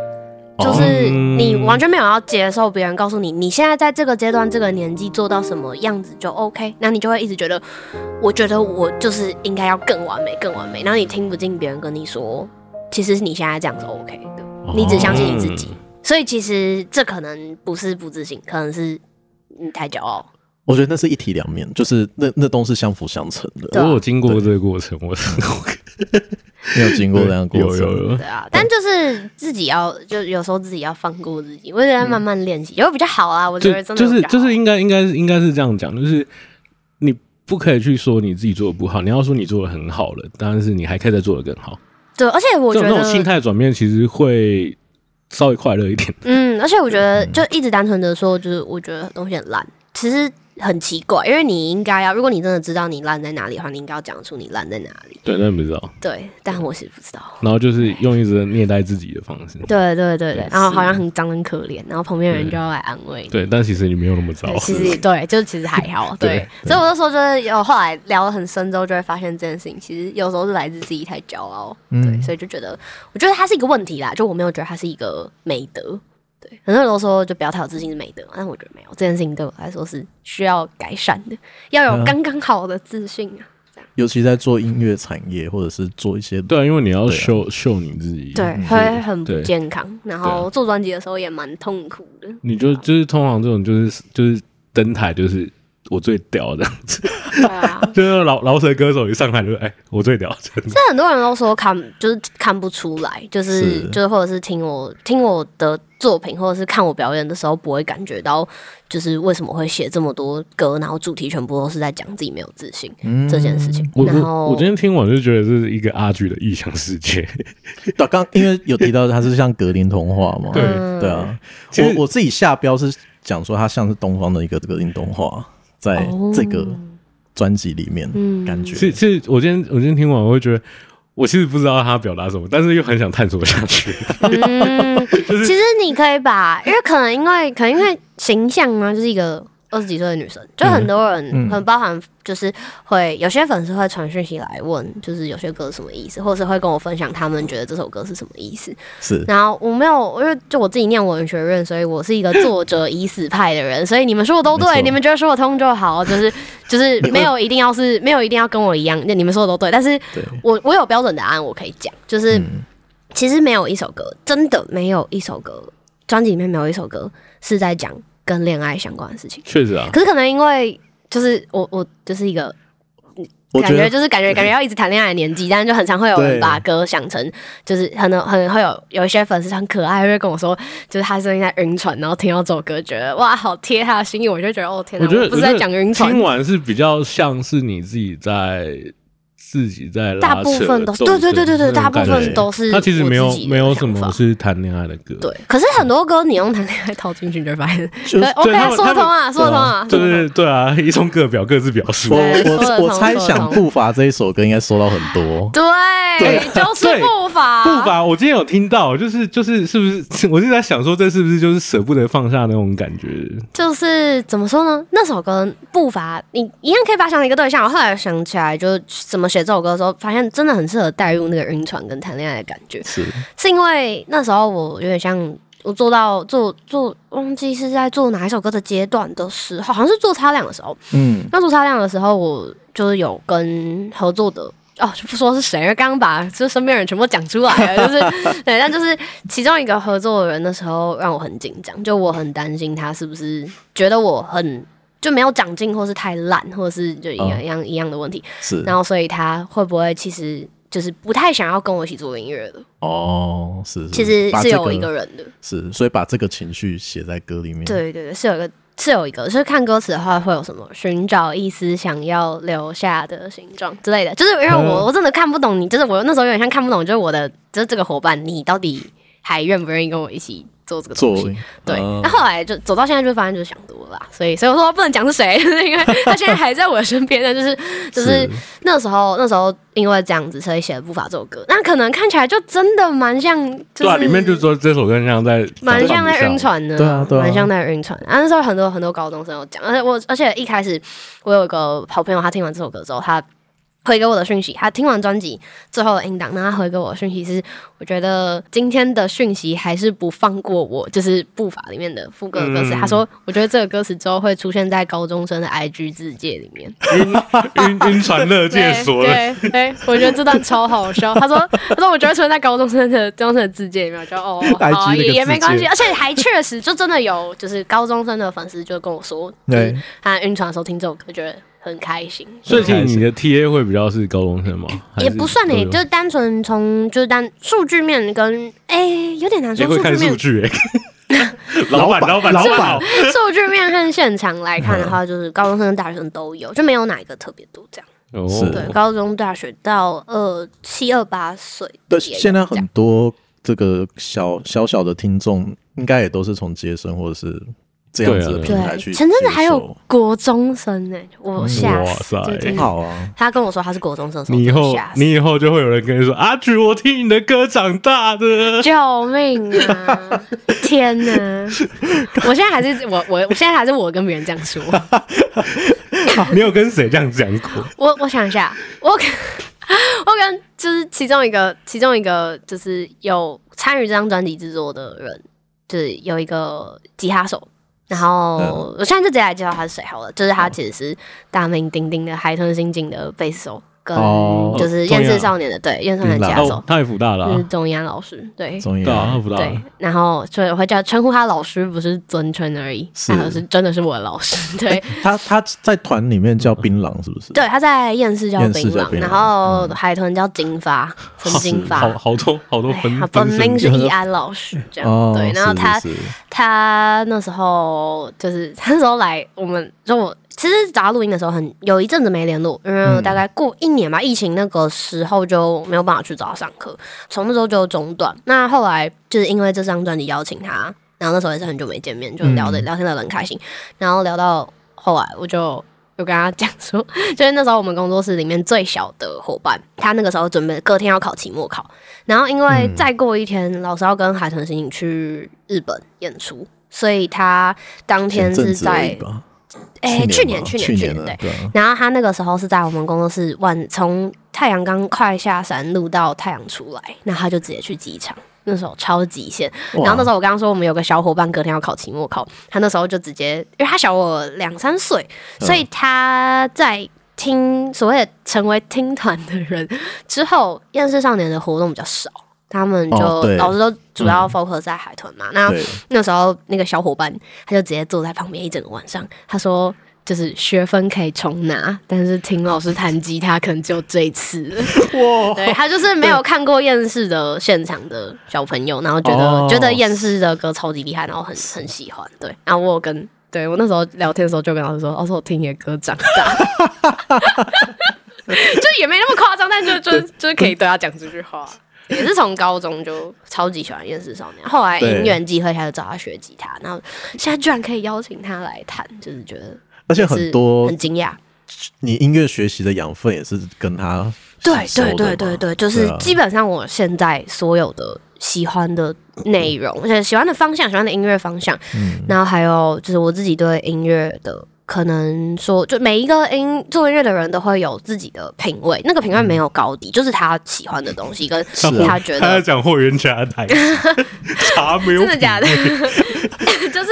就是你完全没有要接受别人告诉你，你现在在这个阶段、这个年纪做到什么样子就 OK，那你就会一直觉得，我觉得我就是应该要更完美、更完美。然后你听不进别人跟你说，其实你现在这样是 OK 的，你只相信你自己。
哦
所以其实这可能不是不自信，可能是你太骄傲。
我觉得那是一体两面，就是那那都是相辅相成的
对。
我
啊
有经过这个过程， 我我
你有经过那样过
有
程，
有有
对啊，但就是自己要，就有时候自己要放过自己，我觉得慢慢练习，也会比较好啊。我觉
就
得真的
就是
会比较
就
好
是应该应该应该是这样讲，就是你不可以去说你自己做的不好，你要说你做的很好了，但是你还可以再做的更好。
对，而且我
这
觉
种那
得
种心态转变其实会稍微快乐一点。
嗯，而且我觉得就一直单纯的说，就是我觉得东西很烂，其实很奇怪，因为你应该要，如果你真的知道你烂在哪里的话，你应该要讲出你烂在哪里。
对，但不知道。
对，但我是不知道。
然后就是用一直虐待自己的方式。
对对对对
对，
然后
是
好像很脏很可怜，然后旁边人就要来安慰你。
对，但其实你没有那么糟
对，。其实对，就其实还好，对，所以我就说，就是有后来聊得很深之后，就会发现这件事情其实有时候是来自自己太骄傲，对，所以就觉得，我觉得它是一个问题啦，就我没有觉得它是一个美德，对，很多人都说就不要太有自信是美德嘛，但我觉得没有，这件事情对我来说是需要改善的，要有刚刚好的自信啊，
尤其在做音乐产业或者是做一些
对啊，因为你要秀、秀你自己。
对，会很
嗯
不
对
健康，然后做专辑的时候也蛮痛苦的，
你就
啊
就是通常这种就是就是登台就是我最屌这样子，
对啊。
就是老老舌歌手一上台就哎、我最屌这样子。
但很多人都说看就是看不出来，就是
是
就是或者是听我听我的作品，或者是看我表演的时候，不会感觉到就是为什么会写这么多歌，然后主题全部都是在讲自己没有自信、
嗯
这件事情。
我
然
我
后
我今天听完就觉得这是一个阿菊的异想世界。
对，刚因为有提到它是像格林童话嘛，
对
对啊，
其实
我我自己下标是讲说它像是东方的一个格林童话，在
哦
这个专辑里面，
嗯
感觉
是是，我今天我今天听完我会觉得。我其实不知道他表达什么，但是又很想探索下去。
嗯，其实你可以把，因为可能因为可能因为形象嘛，就是一个二十几岁的女生，就很多人，
嗯
可能包含就是会有些粉丝会传讯息来问，就是有些歌是什么意思，或是会跟我分享他们觉得这首歌是什么意思。
是
然后我没有，因为就我自己念文学院，所以我是一个作者已死派的人，所以你们说的都
没错
对，你们觉得说得通就好，就是 就是没有一定要是没有一定要跟我一样，那你们说的都对，但是
对，
我我有标准答案，我可以讲，就是、
嗯
其实没有一首歌，真的没有一首歌，专辑里面没有一首歌是在讲跟恋爱相关的事 情，
确实啊，
可是可能因为就是我我就是一个
我
感
觉
觉
得
就是感觉感觉要一直谈恋爱的年纪，但是就很常会有人
对
把歌想成就是很很会有有一些粉丝很可爱，会跟我说，就是他最近在晕船，然后听到这首歌觉得哇好贴他的心意，我就觉得哦天
我
哪，
觉得
不是在讲晕船
听，完是比较像是你自己在自己在拉
大部
扯
分都
的
是
斗
对对对
争
对对，
那种
大部
感
分
觉
都是
他其实
我
没
自
有
己的
没有什
想法
么是谈恋爱的歌，
对，可是很多歌你用谈恋爱套进去，你就会发现
就是
对 OK
他
啊
们
说得通啊，说得通
对
啊，
对对啊，一中各表各自表述
我。
对说得
我我
通
猜
说得
想
通
步伐这一首歌应该收到很多，
对，就是
对
步伐，
步伐，我今天有听到，就是就是是不是？ 我就在想说，这是不是就是舍不得放下那种感觉？
就是怎么说呢？那首歌步伐，你一样可以把它想成一个对象。我后来想起来，就是怎么写这首歌的时候，发现真的很适合带入那个晕船跟谈恋爱的感觉，
是
是因为那时候我有点像我做到做做忘记是在做哪一首歌的阶段的时候，好像是做擦亮的时候。
嗯
那做擦亮的时候，我就是有跟合作的。哦，就不说是谁，因为刚刚把就身边人全部讲出来了，就是 对，但就是其中一个合作的人的时候让我很紧张，就我很担心他是不是觉得我很就没有长进，或是太烂，或者是就一样、
嗯
一样一样的问题，
是
然后所以他会不会其实就是不太想要跟我一起做音乐的，
哦，是是
其实
把
是
这
有一个人的，
是，所以把这个情绪写在歌里面，，
对对对，是有一个。是有一个，就是看歌词的话会有什么寻找一丝想要留下的形状之类的，就是因为我
嗯
我真的看不懂你，就是我那时候有点像看不懂，就是我的就是这个伙伴，你到底还愿不愿意跟我一起做这个
作
东西？
为
对，
嗯
那、后来就走到现在，就发现就是想多了啦，所以所以我说不能讲是谁， 就是因为他现在还在我的身边，但就是就是那时候那时候因为这样子，所以写了《不法》这首歌，那可能看起来就真的蛮像，就是、
对啊，里面就说这首歌像在
蛮像在
在
晕，船的，
对啊对啊
蛮像在晕船。啊，那时候很多很多高中生有讲，而且我而且一开始我有一个好朋友，他听完这首歌之后，他回给我的讯息，他听完专辑最后的音档，那他回给我的讯息是，我觉得今天的讯息还是不放过我，就是步伐里面的副歌的歌词。
嗯
他说，我觉得这个歌词之后会出现在高中生的 IG 字界里面。
晕晕船乐界所了。
对，对哎，我觉得这段超好笑。他说，他说我觉得存在高中生的高中生的字界里面，我就哦，好啊
IG 那个
也也没
字界
关系，而且还确实就真的有，就是高中生的粉丝就跟我说，就是
对
他晕船的时候听这首歌，觉得很开心。
所以其实你的 TA 会比较是高中生吗？还
也不算欸
都
诶、
有
就是单纯从就是单数据面跟哎、有点难
也
说
会
数
看
据
数
面
据 哎。老板，老板，老板，
数据面和现场来看的
嗯
话，就是高中生跟大学生都有，就没有哪一个特别多这样。
哦
是
对，高中、大学到二七二八岁也
对，
有这样，
现在很多这个小小小的听众，应该也都是从街声或者是这样子的
对
平
啊
台，去接受，
前阵子还有国中生呢、欸我吓死！
嗯哇塞
就听
很好 啊，
他跟我说他是国中生的时候，
你以
我
后
吓死
你以后就会有人跟你说：“阿菊，我听你的歌长大的。
救命 啊！天哪！我现在还是我我我现在还是我跟别人这样说，”
你有跟谁这样讲过？
我我想一下，我跟 我跟就是其中一个其中一个就是有参与这张专辑制作的人，就是有一个吉他手。然后
嗯
我现在就直接来介绍他是谁好了，就是他其实是大名鼎鼎的海豚刑警的贝斯手，跟
哦嗯
就是
中
厌世
央
少年的对厌世少年的吉
云
他
朗
手，
他也福大了
就是
哦
啊，
钟岩老师，对
终于
对啊，他福大
嗯对
了。，
然后所以我会叫称呼他老师，不是尊称而已，
是
他是真的是我的老师，对
他他在团里面叫槟榔，是不是？
对，啊他在厌世叫
厌世
槟
叫
榔，
槟榔
然后海豚叫金发，陈金发
好，好多好多
对
分
他本名
分
是
身
易安老师这样，
哦，
对，然后
是
他
是是
他那时候就是他那时候来我们就我。其实找他录音的时候很有一阵子没联络，因为大概过一年吧，疫情那个时候就没有办法去找他上课，从那时候就中断。那后来就是因为这张专辑邀请他，然后那时候也是很久没见面，就聊
嗯
的、聊天聊得很开心，然后聊到后来我就。就跟他讲说，就是那时候我们工作室里面最小的伙伴，他那个时候准备隔天要考期末考，然后因
嗯
为再过一天、老师要跟海豚刑警去日本演出，所以他当天
前阵
是
子而
在
已吧，
哎去年
吧
去
去
年去年
了
对，
对啊，
然后他那个时候是在我们工作室晚从太阳刚快下山录到太阳出来，那他就直接去机场。那时候超极限，
哇
然后那时候我刚刚说我们有个小伙伴隔天要考期末考，他那时候就直接，因为他小我两三岁，所
嗯
以他在听所谓的成为听团的人之后，厌世少年的活动比较少，他们就、
哦对
老师都主要 focus 在海豚嘛，那
对
那时候那个小伙伴他就直接坐在旁边一整个晚上，他说。就是学分可以重拿，但是听老师弹吉他可能只有这一次。哇！ 对他就是没有看过厌世的现场的小朋友，然后觉得、
哦
觉得厌世的歌超级厉害，然后很很喜欢。对，然后我有跟对我那时候聊天的时候就跟老师说，老师我听你的歌长大，就也没那么夸张，但就就就是可以对他讲这句话。 也是从高中就超级喜欢厌世少年，后来因缘际会下就找他学吉他，然后现在居然可以邀请他来弹，就是觉得
而且
是
很多
很惊讶。
你音乐学习的养分也是跟他
对
吸收
对
的
对对
嘛
对，就是
啊
基本上我现在所有的喜欢的内容，
嗯
而且喜欢的方向、喜欢的音乐方向，然后还有就是我自己对音乐的。可能说，就每一个音做音乐的人都会有自己的品味，那个品味没有高低，就是他喜欢的东西跟
嗯是啊
他觉得
他在讲霍元甲的台 词，茶没有
真的假的？ 就是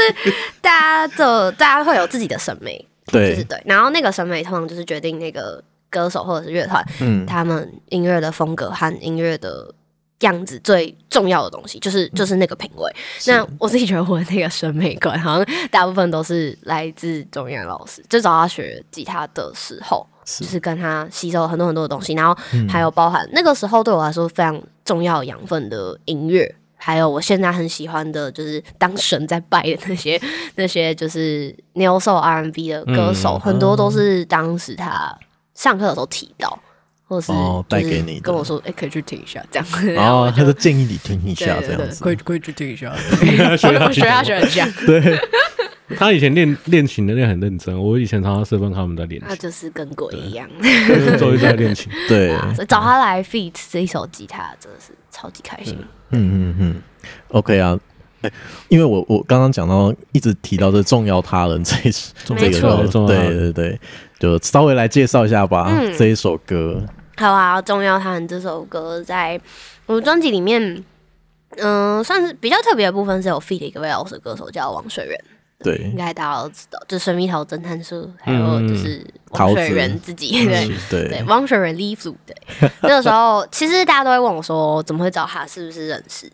大家的大家会有自己的审美，就是
对
对，然后那个审美通常就是决定那个歌手或者是乐团，
嗯，
他们音乐的风格和音乐的样子最重要的东西，就是就是那个品味。
嗯是
那我自己觉得我的那个审美观，好像大部分都是来自钟燕老师。就找他学吉他的时候，
是嗯
就是跟他吸收了很多很多的东西，然后还有包含那个时候对我来说非常重要养分的音乐，还有我现在很喜欢的，就是当神在拜的那些那些就是牛手 R&B 的歌手，
嗯
很多都是当时他上课的时候提到。或是
哦
就是
带给你的哦
跟我说，哎、可以去听一下这样。
然后
我
他
就
就建议你听一下
对
这
对
样
对，
子，
可以可以去听一下， 我学他学很像。
对，
他以前练练琴的练很认真，我以前常常是问他们在练
他
琴，
就是跟鬼一样，
就是周一在练琴。
对，
所以找他来 feat 这一首吉他真的是超级开心。
嗯嗯嗯，OK 啊。哎因为我我刚刚讲到一直提到这重要他人这一这
没
个
错
歌
重要他
对
人
对对，就稍微来介绍一下吧、
嗯
这一首歌，
好啊，《重要他人》这首歌在我们专辑里面，嗯、算是比较特别的部分是有 feat 一个位老师歌手叫王水源，
对
应，该大家都知道，就水蜜桃侦探社，还有就是
嗯桃
王
子
水源自己，对。
是对
对，王水源 Leaf 对， 那个时候其实大家都会问我说，怎么会找他，是不是认识？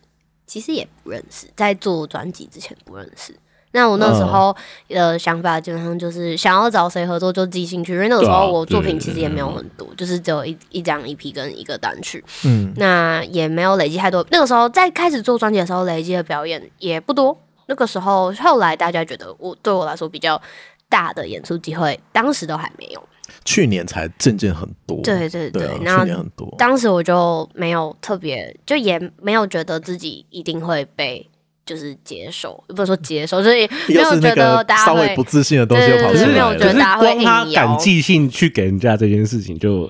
其实也不认识，在做专辑之前不认识。那我那时
哦
候的想法基本上就是想要找谁合作就寄进去，因为那个时
对
候
啊
我作
对
品其实也没有很多，就是只有一一张 EP 跟一个单曲，
嗯，
那也没有累积太多。那个时候在开始做专辑的时候，累积的表演也不多。那个时候后来大家觉得我对我来说比较大的演出机会，当时都还没有。
去年才渐渐很多，
对对
哦对啊，
然后
去年很多，
当时我就没有特别，就也没有觉得自己一定会被就是接受，不是说接受，就是也没
又
有
是
觉
那
得
个
大家
稍微
会
不。自信的东西又跑
对对
出
对
来
没有
了，
觉得
是
大家会
光他
应邀
敢寄信去给人家这件事情，就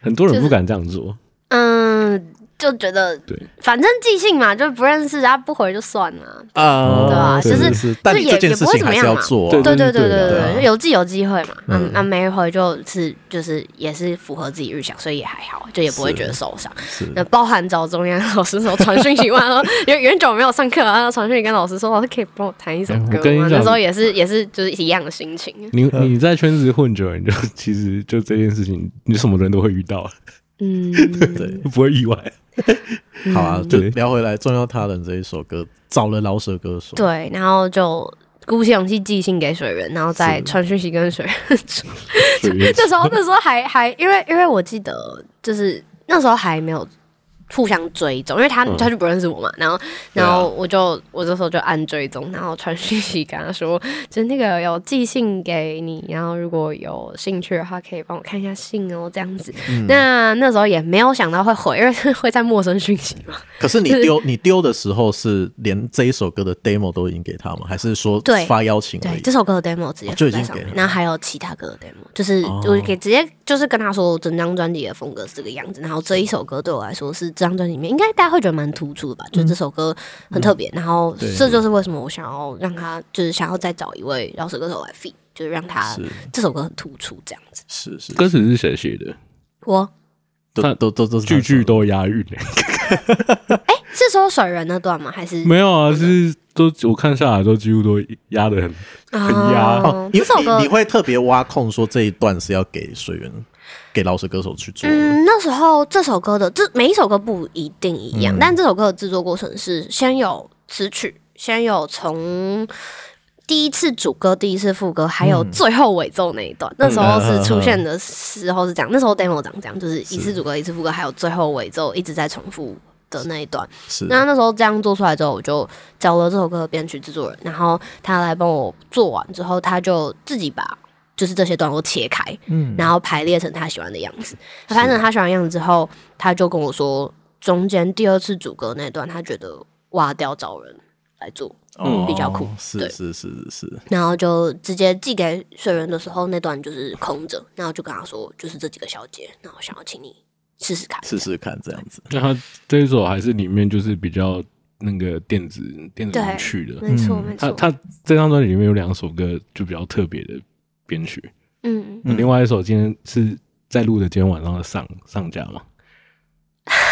很多人不敢这样做。
嗯，就觉得
对，
反正即兴嘛，就不认识，啊他不回就算了。
啊，
对啊
对
就是
是，但
就
你
也
这件
也
事
不会
情
怎么
还是
样
要
嘛
做啊，
对
对对对
对
对
对
啊
对，有自己有机会嘛。那
嗯
那没回就是就是也是符合自己预想，所以也还好，就也不会觉得受伤。
是
那包含找中央老师说传讯息嘛，然后有远久没有上课啊，然后传讯息跟老师说，老师可以帮我弹一首
哎
歌
我跟你
吗？
讲
那时候也是也是就是一样的心情。
你你在圈子混久了，你就其实就这件事情，你什么人都会遇到，
嗯，
对，
不会意 外。
好啊，就
对
聊回来《重要他人》这一首歌，找了老舍歌手，
对，然后就鼓起勇气寄信给水源，然后再传讯息跟水源说。
所 以
那时候那时候还还因为因为我记得就是那时候还没有互相追踪，因为他、他就不认识我嘛，然后
嗯对
然
啊
后我就、我这时候就按追踪，然后传讯息跟他说，就是那个有寄信给你，然后如果有兴趣的话，可以帮我看一下信哦，这样子。
嗯
那那时候也没有想到会回，因为是会在陌生讯息嘛，
可是你丢你丢的时候是连这一首歌的 demo 都已经给他吗？还是说
对
发邀请而
对，
已？
这首歌的 demo 直接
哦就已
附在
经
上
给
面
了，
然后还有其他歌的 demo，就是
哦
我给直接就是跟他说我整张专辑的风格是这个样子，然后这一首歌对我来说是这张专辑里面应该大家会觉得蛮突出的吧，就这首歌很特别，然后
嗯对
这就是为什么我想要让他就是想要再找一位饶舌歌手来 feat，就是让他
是
这首歌很突出这样子。
是是，
歌词是谁写的？
我
都都都都是
句句
都
都押 韵、欸，
是说水人那段吗？还是
没有啊，是都我看下来都几乎都押的很很压
啊？
你
这首歌
哦你你会特别挖空说这一段是要给水源给老舍歌手去做的，
嗯，那时候这首歌的这每一首歌不一定一样，但这首歌的制作过程是先有词曲，先有从第一次主歌、第一次副歌，还有最后尾奏那一段。那时候是出现的时候是这样，那时候 demo 长这样，就是一次主歌、一次副歌，还有最后尾奏一直在重复的那一段。
是
那那时候这样做出来之后，我就找了这首歌的编曲制作人，然后他来帮我做完之后，他就自己把就是这些段落切开，嗯，然后排列成他喜欢的样子。他排列成他喜欢的样子之后，他就跟我说，中间第二次主歌那段，他觉得挖掉找人来做，
哦
比较酷
是
对
是是是是，
然后就直接寄给水源的时候，那段就是空着，然后就跟他说，就是这几个小节，然后想要请你试试看，
试试看这样子，
那他这一首还是里面就是比较那个电子电子
对
舞曲的。
没错
嗯
没
他
错，
他这张专辑里面有两首歌就比较特别的编曲，
嗯，
嗯
另外一首今天是在录的，今天晚上上上架 嘛，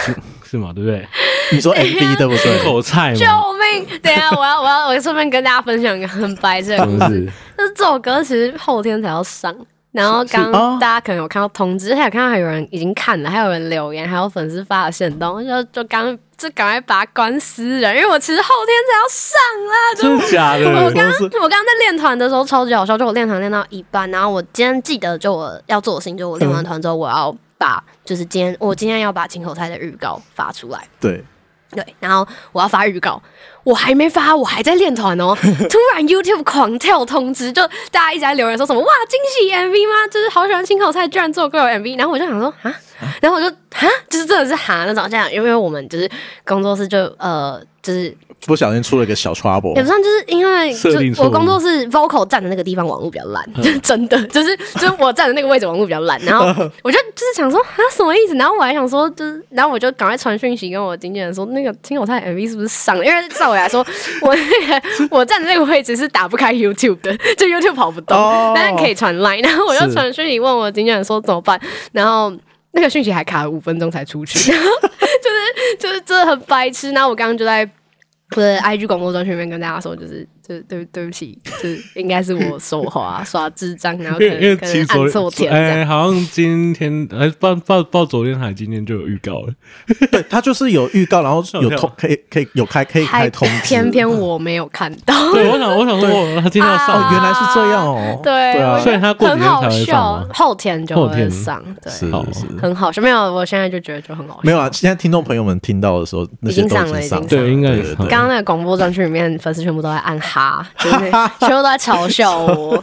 是是吗？对不对？
你 说 MV 对不
对
对？
口菜
救
嘛，
命！等一下，我要，我
嗯
要，我顺便跟大家分享一个很白痴的
真
故
的
事。
是
就是这首歌其实后天才要上，然后刚
是哦
大家可能有看到通知，还有看到还有人已经看了，还有人留言，还有粉丝发了线动，就就刚就赶快把它关私人，因为我其实后天才要 上啦，就
真的假
我
的？
刚我刚刚在练团的时候超级好笑，就我练团练到一半，然后我今天记得就我要做的事情，就我练完团之后，我要把就是今天我今天要把青口菜的预告发出来，
对，
对，然后我要发预告，我还没发，我还在练团哦。突然 YouTube 狂跳通知，就大家一直在留言说什么哇惊喜 MV 吗？就是好喜欢青口菜，居然做歌有 MV。然后我就想说啊，然后我就啊，就是真的是哈那种这样，因为我们就是工作室就呃就是
不小心出了个小 trouble，
也不算，就是因为
设定
就
错误嗯
我工作室 vocal 站的那个地方网络比较烂， 真的就是就是我站的那个位置网络比较烂，然后我就就是想说啊什么意思？然后我还想说就是，然后我就赶快传讯息跟我经纪人说，那个听友太 MV 是不是上了？因为照我来说，我那个 我站的那个位置是打不开 YouTube 的，就 YouTube 跑不动，
哦
但是可以传 Line。然后我就是传讯息问我经纪人说怎么办，然后那个讯息还卡了五分钟才出去，然后就是就是真的很白痴。然后我刚刚就在。我的 IG 广播专区里面跟大家说，就是就是对对不起，就是应该是我手滑耍智障，然后可
因为
能
因为
可
其
能
实
按
昨
错
天
键这
哎、
样。
好像今天哎，报报报昨天还今天就有预告了，
对他就是有预告，然后有
吓我一
通
跳
可以可以有开可以
还
开通知，
偏偏我没有看 到，
对，我想我想说他今天要
哦
啊
上，
原来是这样哦，
对，
啊
我觉
所以
得
他过几
很
天才
好
会上
笑
吗，
后天就
后天
会上，对，
是
好
是是
很好笑。没有，我现在就觉得就很好笑。
没有啊，现在听众朋友们听到的时候，那
已
些
经
都
上
已
了
经
已
上
经
对应该也
对
上
对
了
刚刚那个广播专区里面，粉丝全部都在按哈，就是全部都在嘲笑我。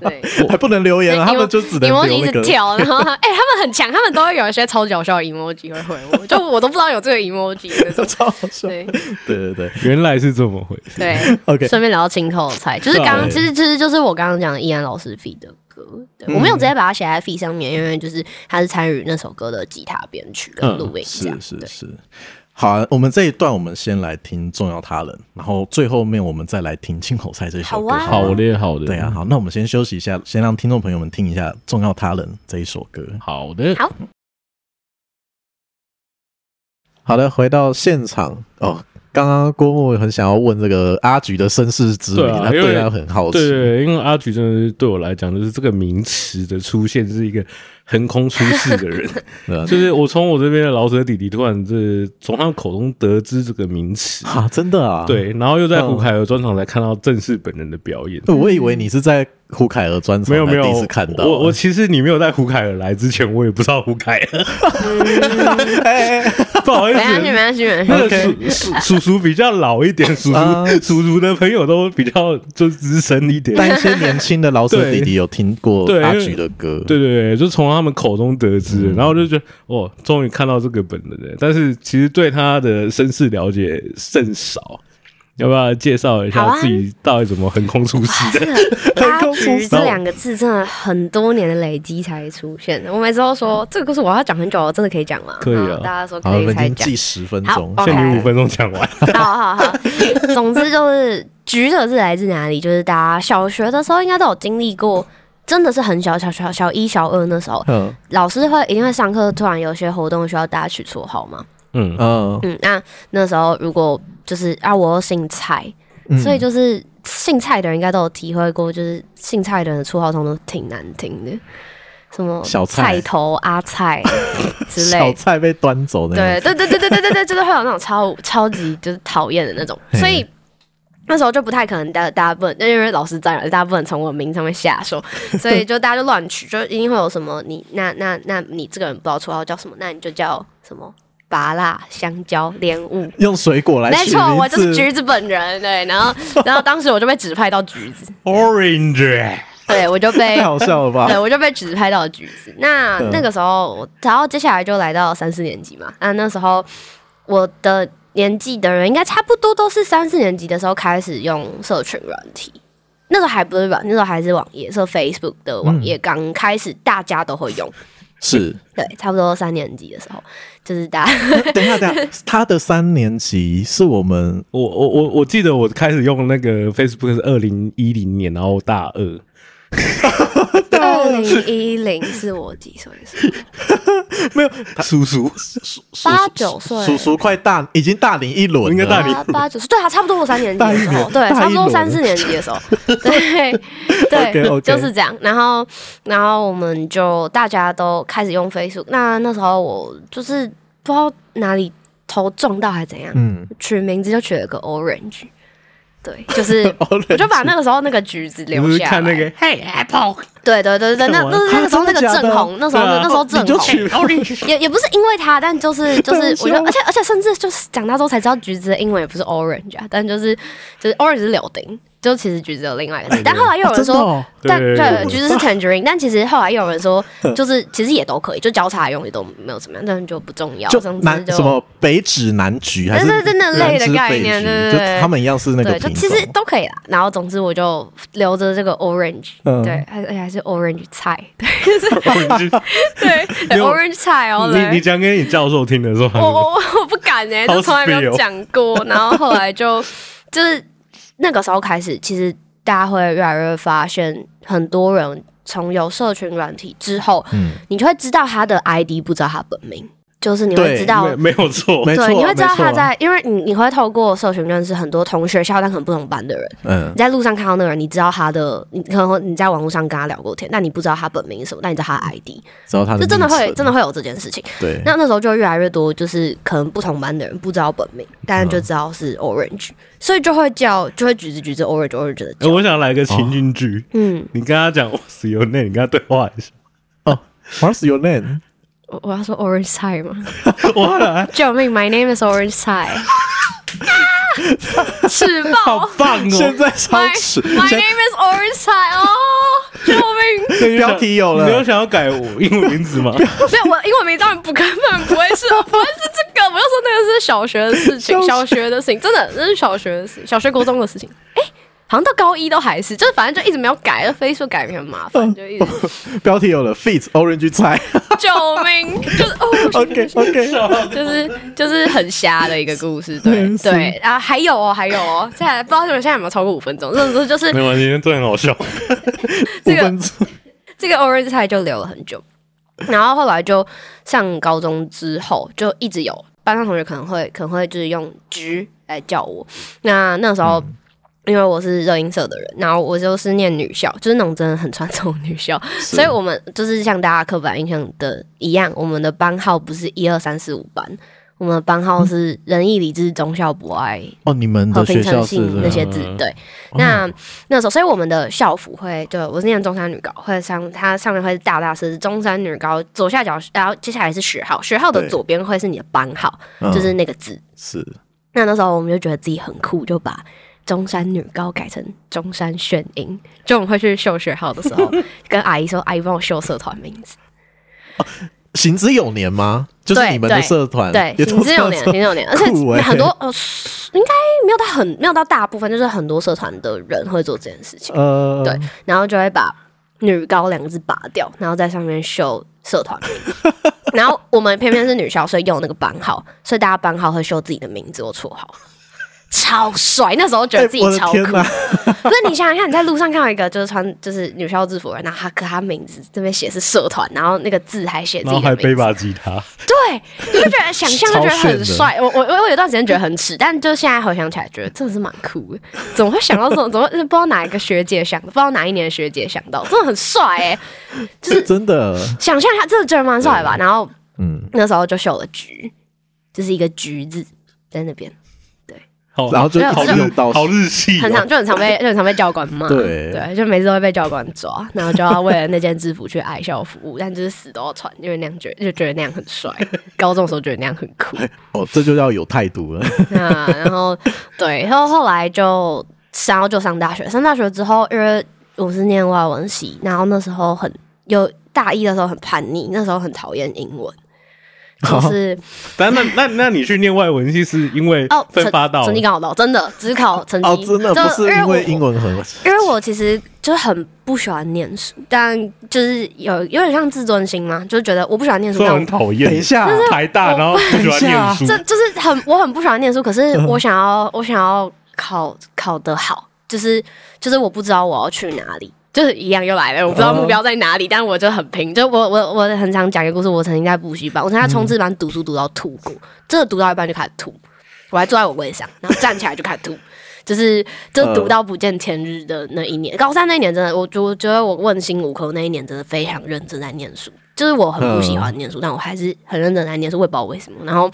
对，
还不能留言啊了，他们就只能
emoji
留
一
那
直
个。。
跳，然后他哎、他们很强，他们都会有一些超级搞笑的 emoji 会回我，就我都不知道有这个 emoji 那种
超好笑，
对
对对对
原来是这么回事。
对，
，OK，
顺便聊到清口菜，就是刚刚，
对
其实其实就是我刚刚讲的易安老师 f 的歌，对我没有
嗯
直接把它写在 f 上面，因为就是他是参与那首歌的吉他编曲跟录音这样。
嗯是是是。好、啊，我们这一段我们先来听《重要他人》，然后最后面我们再来听《青口菜》这首歌。
好啊
吗
好的，也好的，
对啊，，好，那我们先休息一下，先让听众朋友们听一下《重要他人》这一首歌。
好的，
好
好的，回到现场哦。刚刚郭牧很想要问这个阿菊的身世之谜，
对啊
他
因为
对他很好奇。
对对，对因为阿菊真的是对我来讲，就是这个名词的出现是一个横空出世的 人，
对啊
就是我从我这边的老舍弟弟突然这从他口中得知这个名词，
啊，真的啊，
对，然后又在胡凯尔专场才看到正式本人的表 演。
呃，我以为你是在胡凯尔专场
没有没有，
才第一次看到。啊
我我其实你没有带胡凯尔来之前，我也不知道胡凯尔， 不好意
没
思，
关系，没关系，没关系。
那 个叔叔叔叔比较老一点，叔
啊
叔叔叔的朋友都比较就资深一点，
但一些年轻的老舍弟弟有听过
对
阿菊的歌，
对对对，就从他们口中得知
嗯
的，然后我就觉得哦，终于看到这个本人了。但是其实对他的身世了解甚少，要不要介绍一
好
下
啊
自己到底怎么横空出世的？
这个
很
阿
空出
菊这两个字真的很多年的累积才出现。我每次都说这个故事我要讲很久，我真的可以讲吗？
可以啊
好大家说
好，
可
我
以
们已
才
经
讲
记。十分钟
好，哦
限
，OK
你五分钟讲完。
好好好，总之就是“橘”的字来自哪里？就是大家小学的时候应该都有经历过，真的是很小小小小一、小二那时候，
嗯
老师会一定会上课，突然有些活动需要大家取绰号嘛。
嗯，
嗯，
嗯，那那时候如果就是啊，我又姓蔡，
嗯
所以就是姓蔡的人应该都有体会过，就是姓蔡的人的绰号通常都挺难听的，什么
小蔡
菜头、阿菜之
小
类。
菜被端走的
对
那种，
对对对对对对对，就是会有那种超超级就是讨厌的那种，
嘿
所以。那时候就不太可能，大大家不能，因为老师在嘛，大家不能从我名上面下 手，所以就大家就乱取，就一定会有什么你那那那你这个人不知道绰号叫什么，那你就叫什么拔辣、香蕉、莲雾，
用水果 来
没
取
错，我就是
名
橘子本人，对，然后然后当时我就被指派到橘子，
Orange，
对我就 被
太好笑了吧
对，？我就被指派到橘子。那那个时候，我然后接下来就来到三四年级嘛。那那时候我的年纪的人，应该差不多都是三四年级的时候开始用社群软体。那时候还不是软，那时候还是网页，是 Facebook 的网页刚开始，大家都会用。
是，
对，差不多三年级的时候，就是大家
等一下等一下，他的三年级是我们
我我我我记得我开始用那个 Facebook 是二零一零年，然后大二，
二零一零是我几岁的时候？
没有
叔叔，
叔叔
八九岁
叔叔快大，已经大龄一轮了，
应该大龄
八八九岁，对啊，差不多我三年级
大
的
一
时
年
候，对，
大一
差不多
轮
三四年级的时 候，对对，
OK，OK
就是这样。然后然后我们就大家都开始用 Facebook，那那时候我就是不知道哪里头撞到还是怎样，
嗯，。
取名字就取了个 Orange，对，就是
Orange
我就把那个时候那个橘子留
你是
下来，
看那个
Hey Apple，
对对对对，那
看
那
完
是那个时候
啊
那个
真的假的
正红，那时候
对啊
那时候正
你就
红，
取
也也不是因为他，但就是就是
对，
我觉得，
我知道
而且而且甚至就是长大之后才知道橘子的英文也不是 orange 啊，但就是就是 orange 是柳丁，就其实橘子有另外一个字。但后来又有人
哎真的
说，
哦
但
对
对
我
橘子是 tangerine，但其实后来又有人 说，就是其实也都可以，就交叉用也都没有怎么样，但就不重要。
就
总之
南
就
什么北指南橘还是
对对对那类的
南指北
概念
橘
对对对
就他们一样是那个
对，就
品
其
种。
实都可以啦。然后总之我就留着这个 orange，
嗯
对，而且还是 orange 菜， 对
你就
对
没有
，orange 菜哦，对
你你讲给你教授听的时候，
哦
我我哦 我不敢哎、欸，
好
就从来没
spill
有讲过。然后后来就就是那个时候开始，其实大家会越来越发现，很多人从有社群软体之后，
嗯，
你就会知道他的 ID，不知道他本名，就是你会
对
知道
没没有 错，
没错，
对，你会知道
没错
他在，因为你你会透过社群认识很多同学校但可能不同班的人。
嗯
你在路上看到那个人，你知道他的，你可能你在网络上跟他聊过天，但你不知道他本名是什么，但你知道他的 ID，
知道他的
就真的会
名称
真的会有这件事情。
对，
那那时候就越来越多，就是可能不同班的人不知道本名，但就知道
嗯
是 orange，、所以就会叫，就会橘子橘子 orange orange 的
哦
哎
叫。
我想来个情境剧，
嗯，
哦你跟他讲 What's your name，你跟他对话 一下。
What's your name？
我我要说 orange 菜 吗？
我来，
救命！My name is orange 菜。是爆
棒
现
哦！
在超
！My
迟，
My
现
name is orange 菜哦！救命！
在标题有
你有
了，
想要改我英文名 字吗？
没有，我英文名当然不根本不会是， 不会是这个。我就说那个是小学的事情，小学的事情，真的那是小学的事，小学国中的事情。哎、好像到高一都还是，就是反正就一直没有改，就飞速改名很麻烦，就一直
标题有了，Fit Orange 菜
救命，就是哦。
，OK OK，
就是就是很瞎的一个故事，对
嗯是
对啊，还有哦，还有哦，现在不知道你们现在有没有超过五分钟，这种就是
没关系，这很好笑。
五
这个
分钟，
这个 orange 菜就留了很久，然后后来就上高中之后就一直有班上同学可能会可能会就是用橘来叫我，那那时
嗯
候。因为我是热音社的人，然后我就是念女校，就是那种真的很传统的女校，所以我们就是像大家刻板印象的一样，我们的班号不是一二三四五班，我们的班
嗯
号是仁义礼智忠孝博爱
哦，你们
和
的哦
平
学
诚
校是
信那些
嗯
字，对。那那时候，所以我们的校服会，就我是念中山女高，会上它上面会大大是中山女高左下角，然后接下来是学号，学号的
对
左边会是你的班号，就是
嗯
那个字。
是
那那时候我们就觉得自己很酷，就把中山女高改成中山炫音，就我们会去秀学号的时 候，跟阿姨说：“阿姨帮我秀社团名字。”
行之有年吗？就是
对
你们的
对
社团，
对，
嗯也
行之有年，行之有年，而且
酷欸
很多呃，应该没有到很没有到大部分，就是很多社团的人会做这件事情，
呃，
对，然后就会把“女高”两个字拔掉，然后在上面秀社团名然后我们偏偏是女校，所以用那个班号，所以大家班号会秀自己的名字或绰号，超帅！那时候觉
哎
得自己
我的
超
天
酷，
哪，
不是你想想看，你在路上看到一个就是穿就是女校制服的人，然后他可他名字这边写是社团，然后那个字还写 自
然后
己的
还背
名字，
把吉他，
对，你就觉得想象就觉得
超炫
很
的
帅。我我我有一段时间觉得很耻，但就现在回想起来，觉得真的是蛮酷的。怎么会想到这种？怎么会不知道哪一个学姐想，不知道哪一年的学姐想到，真的很帅哎、就是
真的，
想象他真的觉得蛮帅吧。然后
嗯，
那时候就秀了橘，就是一个橘子在那边，
好，
然后就
没有
一
好
直
这
用
日
到
好日系哦，
很常就很常 被就很常被教官骂，
啊对
对，就每次都会被教官抓，然后就要为了那件制服去爱校服务，但就是死都要穿，因为那样觉得就觉得那样很帅。高中的时候觉得那样很酷。
哦，这就叫有态度了，
啊，然后对，然后后来就然后就上大学，上大学之后，因为我是念外文系，然后那时候很有大一的时候很叛逆，那时候很讨厌英 文，
哦
就是
但那那那你去念外文系是因为
哦，
分发
成
到
成绩刚好到，真的只考成绩，
哦，真的
就
不是因为英
我。
文很
因为我其实就很不喜欢念书，但就是有有点像自尊心嘛，就是觉得我不喜欢念书，
所以
但
我
我
很讨厌。
等一下，
台
哦
大，然后不喜欢念书，
啊
嗯
这就是很我很不喜欢念书，可是我想要我想要考考得好，就是就是我不知道我要去哪里，就是一样又来了，我不
嗯
知道目标在哪里，但我就很拼。就我我我很常讲一个故事，我曾经在补习班，我
嗯
曾经在冲刺班读书读到吐过，真的读到一半就开始吐，我还坐在我位上，然后站起来就开始吐，就是就
嗯
读到不见天日的那一年，高三那一年真的，我我觉得我问心无愧，那一年真的非常认真在念书，就是我很不喜欢念书，但我还是很认真在念书，我也不知道为什么。然后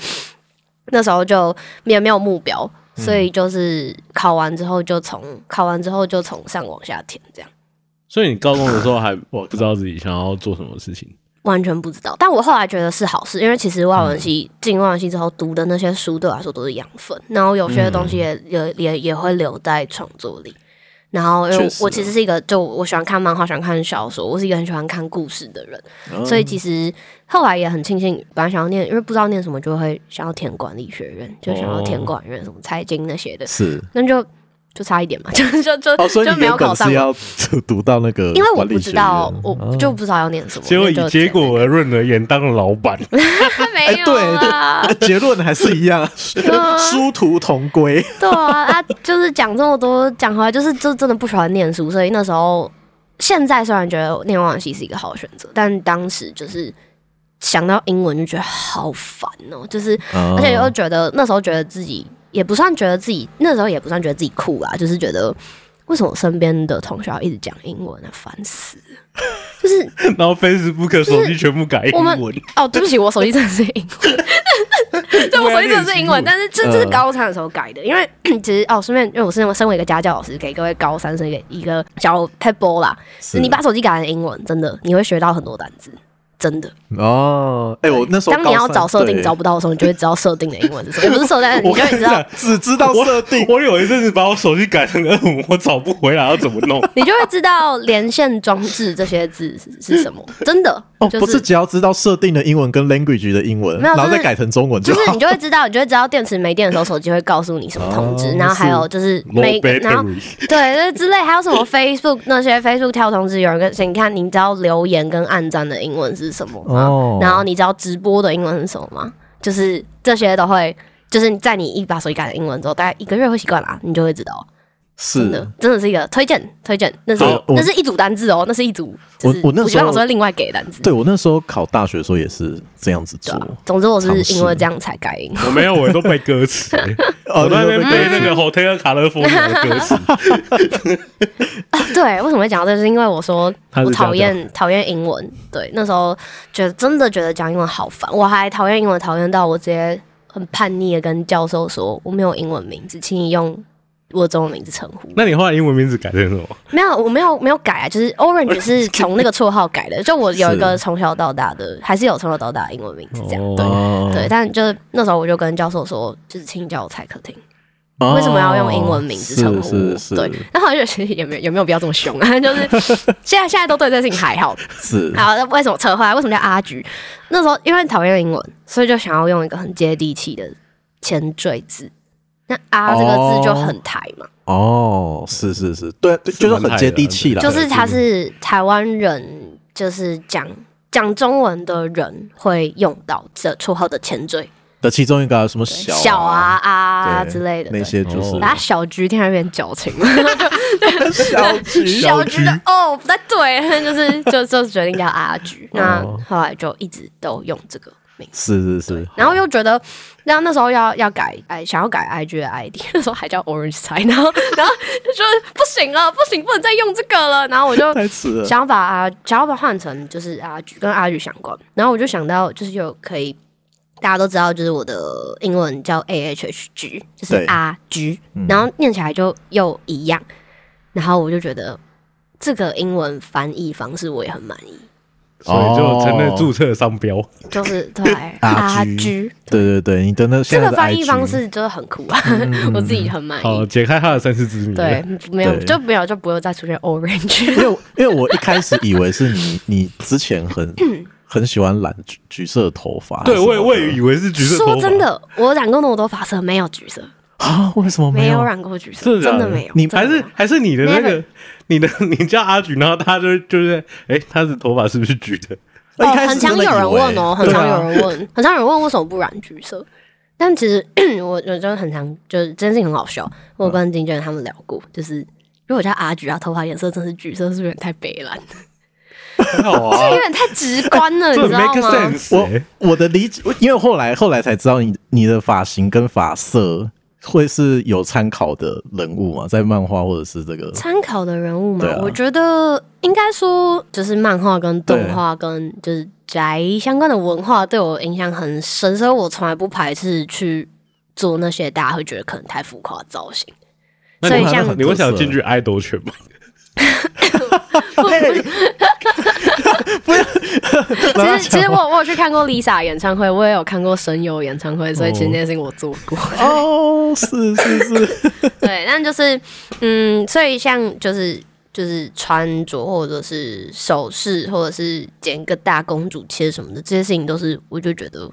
那时候就也没有目标，所
嗯
以就是考完之后就从考完之后就从上往下填这样。
所以你高中的时候还不知道自己想要做什么事情，
完全不知道，但我后来觉得是好事，因为其实外
嗯
文系进、外文系之后读的那些书对我来说都是养分，然后有些东西
嗯
也、也也也会留在创作里。然后，因为
确实啊
我其实是一个，就我喜欢看漫画，喜欢看小说，我是一个很喜欢看故事的人，
哦
所以其实后来也很庆幸，本来想要念，因为不知道念什么，就会想要填管理学院，就想要填
哦
管院什么财经那些的，
是
那就就差一点嘛，就 就就、
哦，所以
就
你
没有
原
考
本
上
是。要 读到那个，
因为我不知道，，我就不知道要念什么，
结果以
那就
结
填
果而论而言，当了老 板，
没有啊啦，
啊结论还是一 样，
嗯
殊途同归。
啊对啊，啊，就是讲这么多，讲回来就是就真的不喜欢念书，所以那时候现在虽然觉得念外文系是一个好选择，但当时就是想到英文就觉得好烦哦、就是
嗯
而且又觉得那时候觉得自己也不算觉得自己那时候也不算觉得自己酷啦，就是觉得为什么身边的同学要一直讲英文啊，烦死了！就是
然后 Facebook 手机全部改
我
英
们
文，
哦，对不起，我手机真的是英 文，对，我手机真的是英文，但是这这是
嗯
高三的时候改的，因为其实哦，顺便因为我是那种身为一个家教老师，给各位高三生一个一个小 pebble 啦，
是
你把手机改成英文，真的你会学到很多单词。真的，
哦，哎，我那时候
当你要
高三
找设定
对
找不到的时候，你就会知道设定的英文是什么，也不是设定，你
我
就
跟
会
你
知道
讲，，只知道设定，
我有一阵子把我手机改成二五，我找不回来，要怎么弄？
你就会知道连线装置这些字是是什么。真的，
哦，
就
不是只要知道设定的英文跟 language 的英文，
没有
然
就
后
是
再改成中文
就
好
是你就会知道，你就会知道电池没电的时候，手机会告诉你什么通知，
哦
然后还有就是每
Low
然后
battery，
对，就是之类还有什 么 Facebook 那些 Facebook 跳通知，有人跟你看，你知道留言跟暗赞的英文是什么吗？
哦
然后你知道直播的英文是什么吗？就是这些都会，就是在你一把手机改成英文之后，大概一个月会习惯啦，你就会知道，真的
是。
真的是一个推荐推荐，那是
好我
那是一组单字哦，那是一组，就是
我我那
补习班
时候
老师会另外给单字，
对我那时候考大学的时候也是这样子
对
做
啊，总之我是
尝试
因为这样才改英 文。
我没有，我都背歌词，我在那边背那个 Hotel 卡勒风的歌词，
啊对，为什么会讲到这？就是因为我说
他是
我讨
家
厌讨厌英文。对，那时候觉得真的觉得讲英文好烦，我还讨厌英文，讨厌到我直接很叛逆的跟教授说，我没有英文名字，请你用我中文名字称呼。
那你后来英文名字改成什么？
没有，我没有没有改啊，就是 Orange 是从那个绰号改的。就我有一个
是
从小到大的，还是有从小到大的英文名字这样。对。
哦
对，但就是那时候我就跟教授说，就是请你叫我蔡可婷。
哦
为什么要用英文名字称呼我？
是是
对，然后我就觉得也没有也没有必要这么凶啊， 就是现在现在都对这事情还 好。
是
好，那为什么扯回来？为什么叫阿菊？那时候因为讨厌英文，所以就想要用一个很接地气的前缀字。那阿这个字就很台嘛，
哦，是是是，对，对就是很接地气啦。
就是他是台湾人，就是讲讲中文的人会用到这绰号的前缀，
的其中一个啊什么小
小啊啊
对
之类的。
那些，就是
哦
大家小菊听起来有点矫情，
小局
小菊的哦不太对， 就是就就决定叫阿菊。那后来就一直都用这个名字。
是是是，
然后又觉得，然后那时候要要改，哎，想要改 IG 的 ID，那 时候还叫 Orange 菜，然后然后就说不行了，不行，不能再用这个了。然后我就
太
嗯
迟了。
想要把阿，想要把它换成就是阿菊跟阿菊相关。然后我就想到，就是有可以大家都知道，就是我的英文叫 A H H G，就是
对
阿菊，然后念起来就又一样。然后我就觉得这个英文翻译方式我也很满意，
所以就成
哦
了注册商标。
就是对
阿
阿
菊
菊。
对对对，你的那
这
现在
个
的
翻译
IG
方式真的很酷啊，我自己很满
好，
意。
哦解开他的三世之谜。
对，，没有
对
就没有就不会再出现 orange
因为我因为我一开始以为是你，你之 前很很喜欢染橘橘色的头发还是
对
什么
我
的，
也我也以为是橘色头
说
发
真，的，我染过那么多发色，没有橘色，
啊，为什么
没有
有？
染过橘色，
是啊
真的没有。
你
真
还
的没
是
有
还是你的那个
Never
你的你叫阿菊，然后他就就是哎，他的头发是不是橘的？
我一
哦，
开
很
始真
常
的
有人
以为
问哦，很常
对啊
有人 问，很常有人问为什么不染橘色。但嗯其实我我就很常就是这件事情很好笑，我有跟金娟他们聊过，就是如果叫阿菊，啊他头发颜色真是橘色，是不是有点太北蓝？
很好 啊
这有，点太直观了，你
这
知道
make
吗？
sense
我
欸。
我的理解，因为后来后来才知道你你的发型跟发色会是有参考的人物嘛，在漫画或者是这个
参考的人物嘛
对，啊
我觉得应该说，就是漫画跟动画跟就是宅相关的文化对我影响很深，所以我从来不排斥去做那些大家会觉得可能太浮夸的造型。
那
所以
你会
像
想你会想进去 idol 圈吗？
其实其实我我有去看过 Lisa 演唱会，我也有看过神游演唱会，所以其实那些事情我做过。
哦，是是 是，
对，但就是嗯，所以像就是就是穿着或者是首饰，或者是剪个大公主切什么的，这些事情都是我就觉得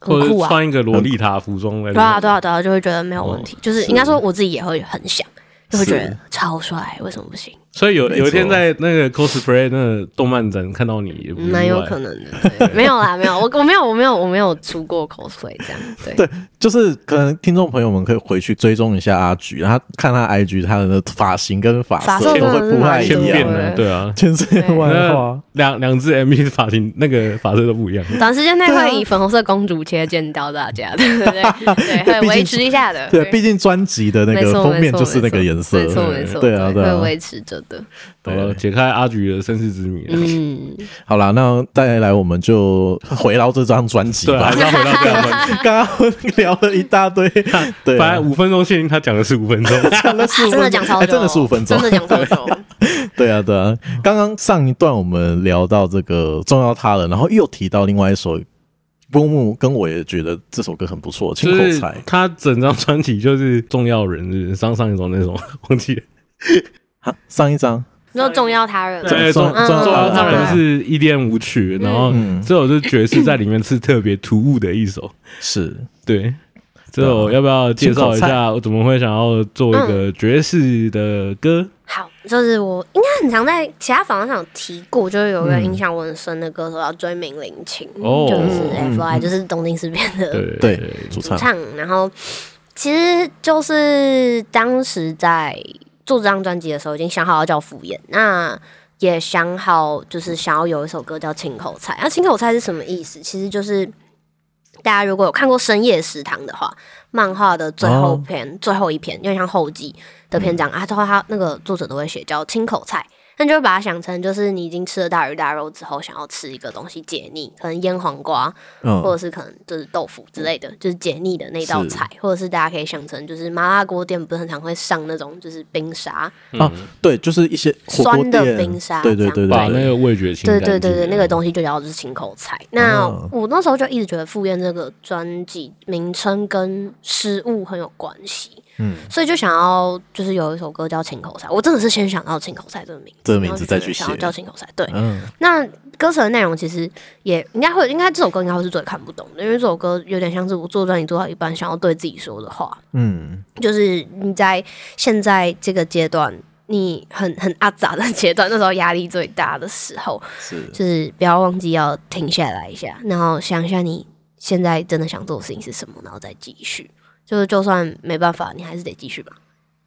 或
很
者
酷啊。
穿一个洛丽塔服装来？
对啊，对啊，对啊，就会觉得没有问题。就是应该
哦是
说我自己也会很想，就会觉得
是
超帅，为什么不行？
所以有
没错
有一天在那个 cosplay 那个动漫展看到你，也不意外
蛮有可能 的。对没有啦，没有，我我没有，我没有，我没有出过 cosplay 这样。对，
对，就是可能听众朋友们可以回去追踪一下阿菊，然后看他 IG 他的发型跟发
发
色
色
都
真的
会
是
不太
蛮
一
千变
样，
多
呢
对？
对啊，
千变万
那
化。
两两只 MV 发型那个发色都不一样。
短时间内会以粉红色公主切见到大家的，对 对对，
对
对，会维持一下的。
对，啊毕竟专辑的那
没
个
错
封面
没
就
错
是那个
没错
颜色，
没错没错，
对啊对
会
啊。
维持着的。
好了，解开阿菊的身世之谜了。
嗯，
好啦，那再来我们就回到这张专辑
对啊，
吧
还是。要 回到这样问
刚刚聊了一大堆， 对
本来
啊，
五分钟限定，他讲的是五分 钟。
讲了
啊
15
真的
分
讲
钟
超
哎
久，哦
真的15分钟
真的讲 超久。
对啊，对啊。刚刚上一段我们聊到这个重要他人，然后又提到另外一首波木，跟我也觉得这首歌很不错，
就
清口
是
才
他整张专辑就是重要人，就是上上一种那种忘记了。
啊，上一张
你说重要他人，
对，重
重
重
重
要
要
他
他
人
人
是一恋舞曲，然后
嗯
这首是爵士在里面是特别突兀的一首。
是
对，这首要不要介绍一下我怎么会想要做一个爵士的歌？
好，就是我应该很常在其他访谈上有提过，就是有一个影响我很深的歌手叫追名林檎，
嗯哦
就是 F.I.，、
嗯
就是东京事变的
对
对主
主
唱，
唱。然后其实就是当时在做这张专辑的时候，已经想好要叫敷衍，那也想好就是想要有一首歌叫清口菜。那、清口菜是什么意思？其实就是大家如果有看过《深夜食堂》的话，漫画的最后
哦
篇、最后一篇，有点像后记的篇章、啊，之后它那个作者都会写叫清口菜。那就把它想成，就是你已经吃了大鱼大肉之后，想要吃一个东西解腻，可能腌黄瓜，或
嗯
者是可能就是豆腐之类的，就是解腻的那道
是
菜，或者是大家可以想成就是麻辣锅店不是很常会上那种就是冰沙，
啊，对，就是一些火锅
酸的
店
冰沙
对对对
这
把
对
样
那
对，
个味觉清
对
干
对对对，
净
那个东西就叫做清口菜。那
哦
我那时候就一直觉得赴宴这个专辑名称跟食物很有关系，
嗯，
所以就想要就是有一首歌叫清口菜，我真的是先想到清口菜这个名字，
这个
然
名
后
字
就觉
再
得
去
想要
写
叫清口菜，对，
嗯，
那歌词的内容其实也应该会，应该这首歌应该会是最看不懂的，因为这首歌有点像是我做专辑做到一半想要对自己说的话，
嗯，
就是你在现在这个阶段，你很很阿杂的阶段，那时候压力最大的时候，
是
就是不要忘记要停下来一下，然后想一下你现在真的想做的事情是什么，然后再继续。就是就算没办法，你还是得继续吧。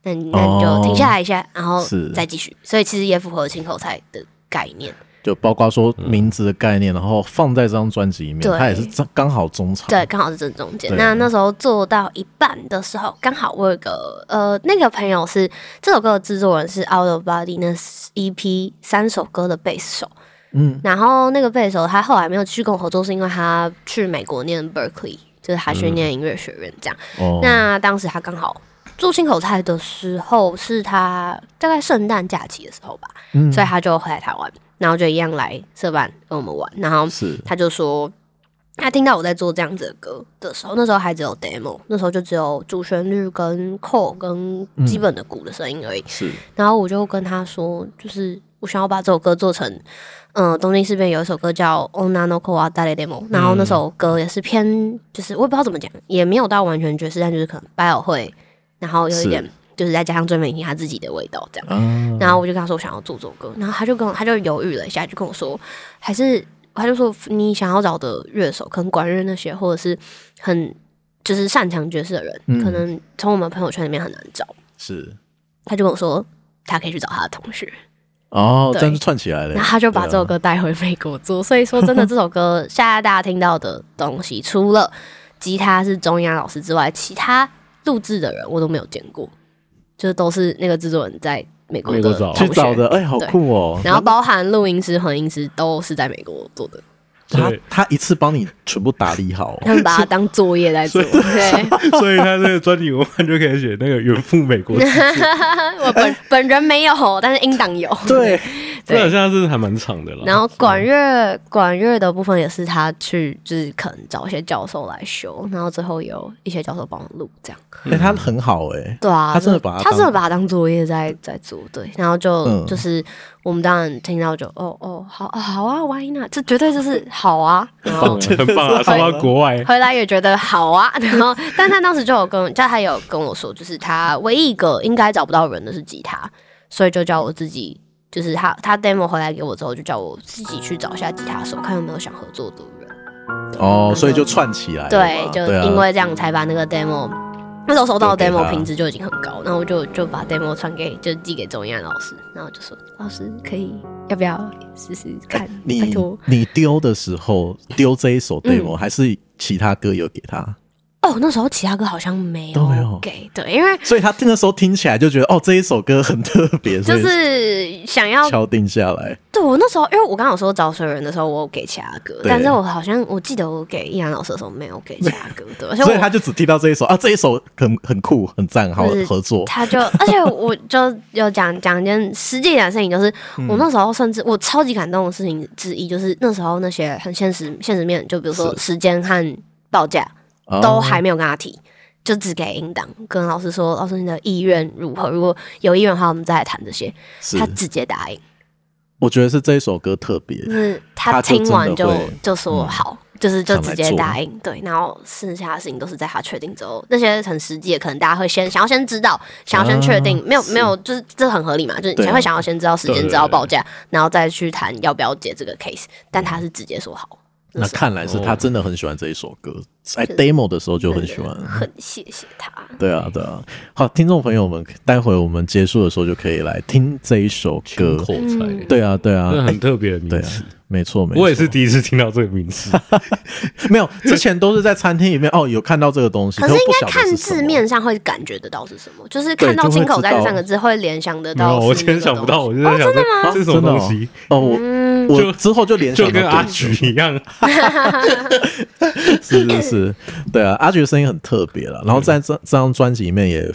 那你那你就停下来一下，然后
哦是
再继续。所以其实也符合清口菜的概念。
就包括说名字的概念，然后放在这张专辑里面，
对
它也是刚刚好中场，
对，，刚好是正中间。
哦对
那那时候做到一半的时候，刚好我有个呃，那个朋友是这首歌的制作人是 Out of Body 那 EP 三首歌的贝斯手，
嗯，
然后那个贝斯手他后来没有继续跟我合作，是因为他去美国念 Berkeley，就是他去念音乐学院这样。
哦，
那当时他刚好做新口菜的时候，是他大概圣诞假期的时候吧，
嗯
所以他就回来台湾，然后就一样来社办跟我们玩，然后
是
他就说。他听到我在做这样子的歌的时候，那时候还只有 demo，那时候就只有主旋律跟 core 跟基本的鼓的声音而已。
是
然后我就跟他说，就是我想要把这首歌做成，嗯、东京事变有一首歌叫《Ona no Ko wa Dare Demo》，然
嗯
后那首歌也是偏，就是我也不知道怎么讲，也没有到完全爵士，但就是可能百老汇，然后有一点
是
就是再加上追美婷他自己的味道这样。
啊，
然后我就跟他说我想要做这首歌，然后他就跟我他就犹豫了一下，就跟我说，还是他就说你想要找的乐手，可能管乐那些，或者是很就是擅长爵士的人，
嗯
可能从我们朋友圈里面很难找。
是
他就跟我说：“他可以去找他的同学，
哦，
对
这样就串起来了。
然后他就把
对啊
这首歌带回美国做。所以说， 真的这首歌现在大家听到的东西，除了吉他是中央老师之外，其他录制的人我都没有见过，就是都是那个制作人在美国
美国
的
找
同
去
学
找的，哎，好
对
酷哦！
然后包含录音师、混音师都是在美国做的，
他
对
他一次帮你全部打理好哦，
他们 把它当作业在做。对，
所以他这个专辑文案就可以写那个远赴美国之旅，
我本本人没有，但是音档有。
对，
这好像是还蛮长的啦。
嗯
然后管乐管乐的部分也是他去，就是可能找一些教授来修，然后最后有一些教授帮我录这样。
哎，他很好哎，
对啊，
他真的
那
把它
他
当
真的把它当作业在在做，对。然后就、
嗯
就是我们当然听到就哦哦好啊好啊，Why not？这绝对就是好啊，然后
棒啊很棒啊，送到国 外，
回来也觉得好啊， 然后，但他当时就有跟，但他也有跟我说，就是他唯一一个应该找不到人的是吉他，所以就叫我自己，就是他他 demo 回来给我之后，就叫我自己去找一下吉他手，看有没有想合作的人。
哦，所以就串起来了嘛。
嗯对，就
啊
因为这样才把那个 demo。那时候收到的
就给
demo
他
品质就已经很高，然后我就就把 demo 传给，就寄给钟燕老师，然后就说老师可以要不要试试看？拜
哎你
托。
你丢的时候丢这一首
嗯
demo，还是其他歌有给他，
哦，那时候其他歌好像没
都
有
没有
给，对，因为
所以他听的时候听起来就觉得哦，这一首歌很特别，
就
所以
是想要
敲定下来。
对我那时候，因为我刚刚有说找水人的时候，我有给其他歌，
对
但是我好像我记得我给易然老师的时候没有给其他歌，对，而且
所以他
我
就只听到这一首啊，这一首很很酷，很赞，好
就是
合作。
他就，而且我 就有讲讲一件实际一点的事情，就是
嗯
我那时候甚至我超级感动的事情之一，就是那时候那些很现实现实面，就比如说时间和报价都
哦
还没有跟他提。就只给音档，跟老师说，老师你的意愿如何？如果有意愿的话，我们再来谈这些。
是
他，直接答应，
我觉得是这一首歌特别
就。是他
他就
听完就
真的会
就说
嗯
好，就是就
上
直
来
接
做
答应，对，然后剩下的事情都是在他确定之后，那些很实际的，可能大家会先想要先知道，想要先确定，没有没有，就是这很合理嘛，就是你
啊对啊
会想要先知道时
对
间，
对
知道
对
报价，然后再去谈要不要解这个 case，但他是直接说好，
那看来是他真的很喜欢这一首歌，在 demo 的时候就很喜欢。
很谢谢他，
对啊，对啊。好，听众朋友们，待会我们结束的时候就可以来听这一首
很
歌
口。才，
嗯
对啊，对啊
这，
哎
很特别的名
对啊
词。，
没错，没错。
我也是第一次听到这个名字，
没有，之前都是在餐厅里面哦，有看到这个东西，
可是应
我不
该
晓得
看
是什么
字面上会感觉得到是什么，就是
对
看到
就会
金口
知
袋这
道
三个字会联想得
没有，
到，
我今天想不到，。我就在想说这是什么
真的
东
哦
西，
哦，我
嗯，
我
就
之后就联想
就
到
跟阿
对
菊一样，
是 是是，对啊，阿菊的声音很特别了。然后
嗯
在这这张专辑里面也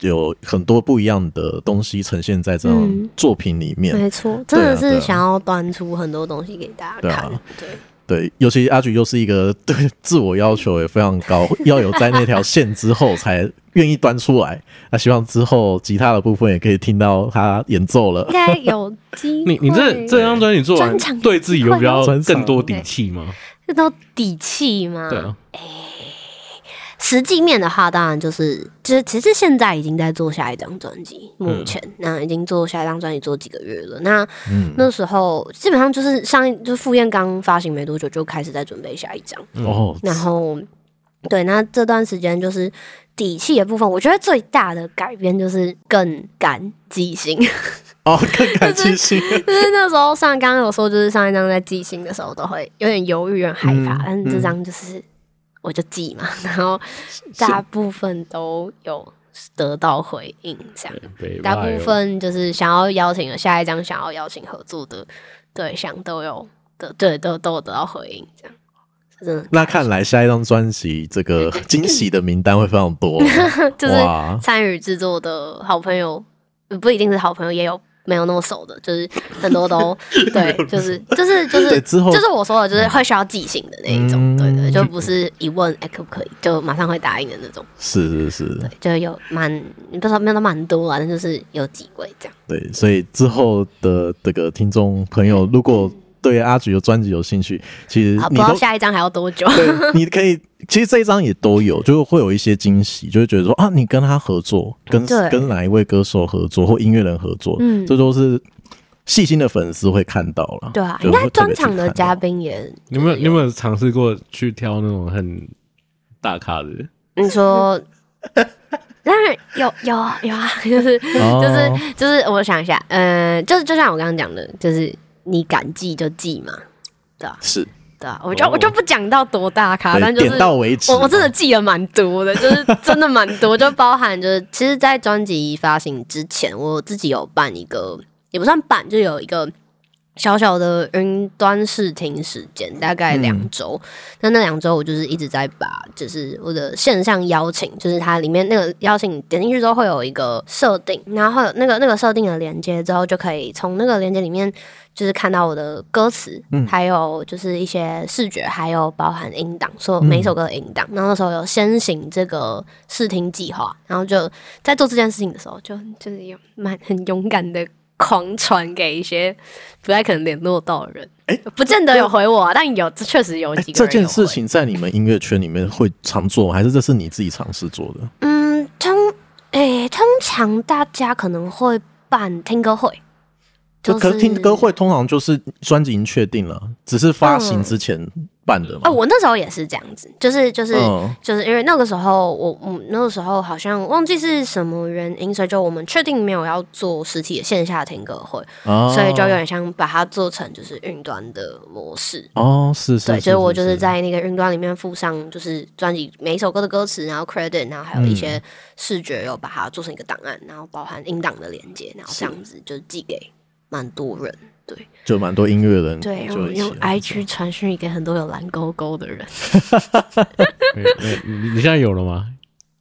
有很多不一样的东西呈现在这张
嗯
作品里面。
没错，真的
对啊对
是
啊
想要端出很多东西给大家
对啊
看。对，
对，尤其阿菊又是一个 对自我要求也非常高， 要有在那条线之后才愿意端出来。那希望之后吉他的部分也可以听到他演奏了
应。该有机
你你这
会
这张专辑做完
专场，
对自己有比较
专场
更多底气吗？
这都底气吗？
对啊，
实际面的话，当然就是就是，其实现在已经在做下一张专辑，
嗯
目前、那已经做下一张专辑做几个月了。那、
嗯
那时候基本上就是上一就是赴宴刚发行没多久就开始在准备下一张，
哦，
然后对，那这段时间就是底气的部分，我觉得最大的改变就是更敢即兴。
哦， 更感 激心。
就是那时候上刚刚有说，就是上一张在寄信的时候都会有点犹豫、有点害怕，但是这张就是、我就寄嘛， 然后大部分都有得到回应，这样
北
大
派
部
哦
分就是想要邀请的下一张想要邀请合作的对象都有的，对，都都有得到回应，这样是真的
那看来下一张专辑这个惊喜的名单会非常多。
就是
哇
参与制作的好朋友，呃不一定是好朋友，也有没有那么熟的，就是很多 都对，就是就是就是
对之后
就是我说的，就是会需要即兴的那一种，
嗯
对对，就不是一问哎可不可以就马上会答应的那种，
是是是，
就有蛮不知道没有到蛮多啊，但就是有几位这样。
对，所以之后的这个听众朋友，如果对阿菊的专辑有兴趣，其实
好，不
你
知道
都
下一张还要多久。
对，你可以，其实这一张也都有，就是会有一些惊喜，就会觉得说啊，你跟他合作，跟
对
跟哪一位歌手合作或音乐人合作，
嗯
这都是细心的粉丝会看到 了。
对啊，
就
应
会
该
特
专
别去
场的
看
嘉
到
宾也，
你有没有你有没有尝 试过去挑那种很大咖的？
你说当然有有有啊，就是
哦
就是就是，我想一下，嗯、呃，就是就像我刚刚讲的，就是你敢记就记嘛，
是
对啊，我就、
哦
我就不讲到多大咖，但就
对，
是
点到为止。
我我真的记了蛮多的， 就是真的蛮多，就包含就是，其实，在专辑发行之前，我自己有办一个，也不算办，就有一个小小的云端试听时间，大概
嗯
两周。那、那两周，我就是一直在把，就是我的线上邀请，就是它里面那个邀请点进去之后会有一个设定，然后会有那个那个设定的连接之后，就可以从那个连接里面。就是看到我的歌词，还有就是一些视觉，还有包含音档，所有每一首歌的音档。然后那时候有先行这个试听计划，然后就在做这件事情的时候，就就是有蛮很勇敢的狂传给一些不太可能联络到的人，不见得有回我、啊，但有确实有
哎
几个
这
人有
件
回
事情在你们音乐圈里面会常做吗？还是这是你自己尝试做的？
嗯，通诶、通常大家可能会办听歌会，
就可
是
是听歌会通常就是专辑已经确定了，只是发行之前办的嘛。
啊，我那时候也是这样子，就是就是、
嗯
就是因为那个时候我嗯那个时候好像忘记是什么原因，所以就我们确定没有要做实体的线下听歌会，
哦
所以就有点像把它做成就是云端的模式。
哦，是是，
对，就是我就是
是
在那个云端里面附上，就是专辑每一首歌的歌词，然后 credit，然后还有一
嗯
些视觉，有把它做成一个档案，然后包含音档的连接，然后这样子就寄给蛮多人。
就蛮多音乐人
对，
嗯就
我
一起啊
用
了
IG 传讯给很多有蓝勾勾的人。
没没你你现在有了吗？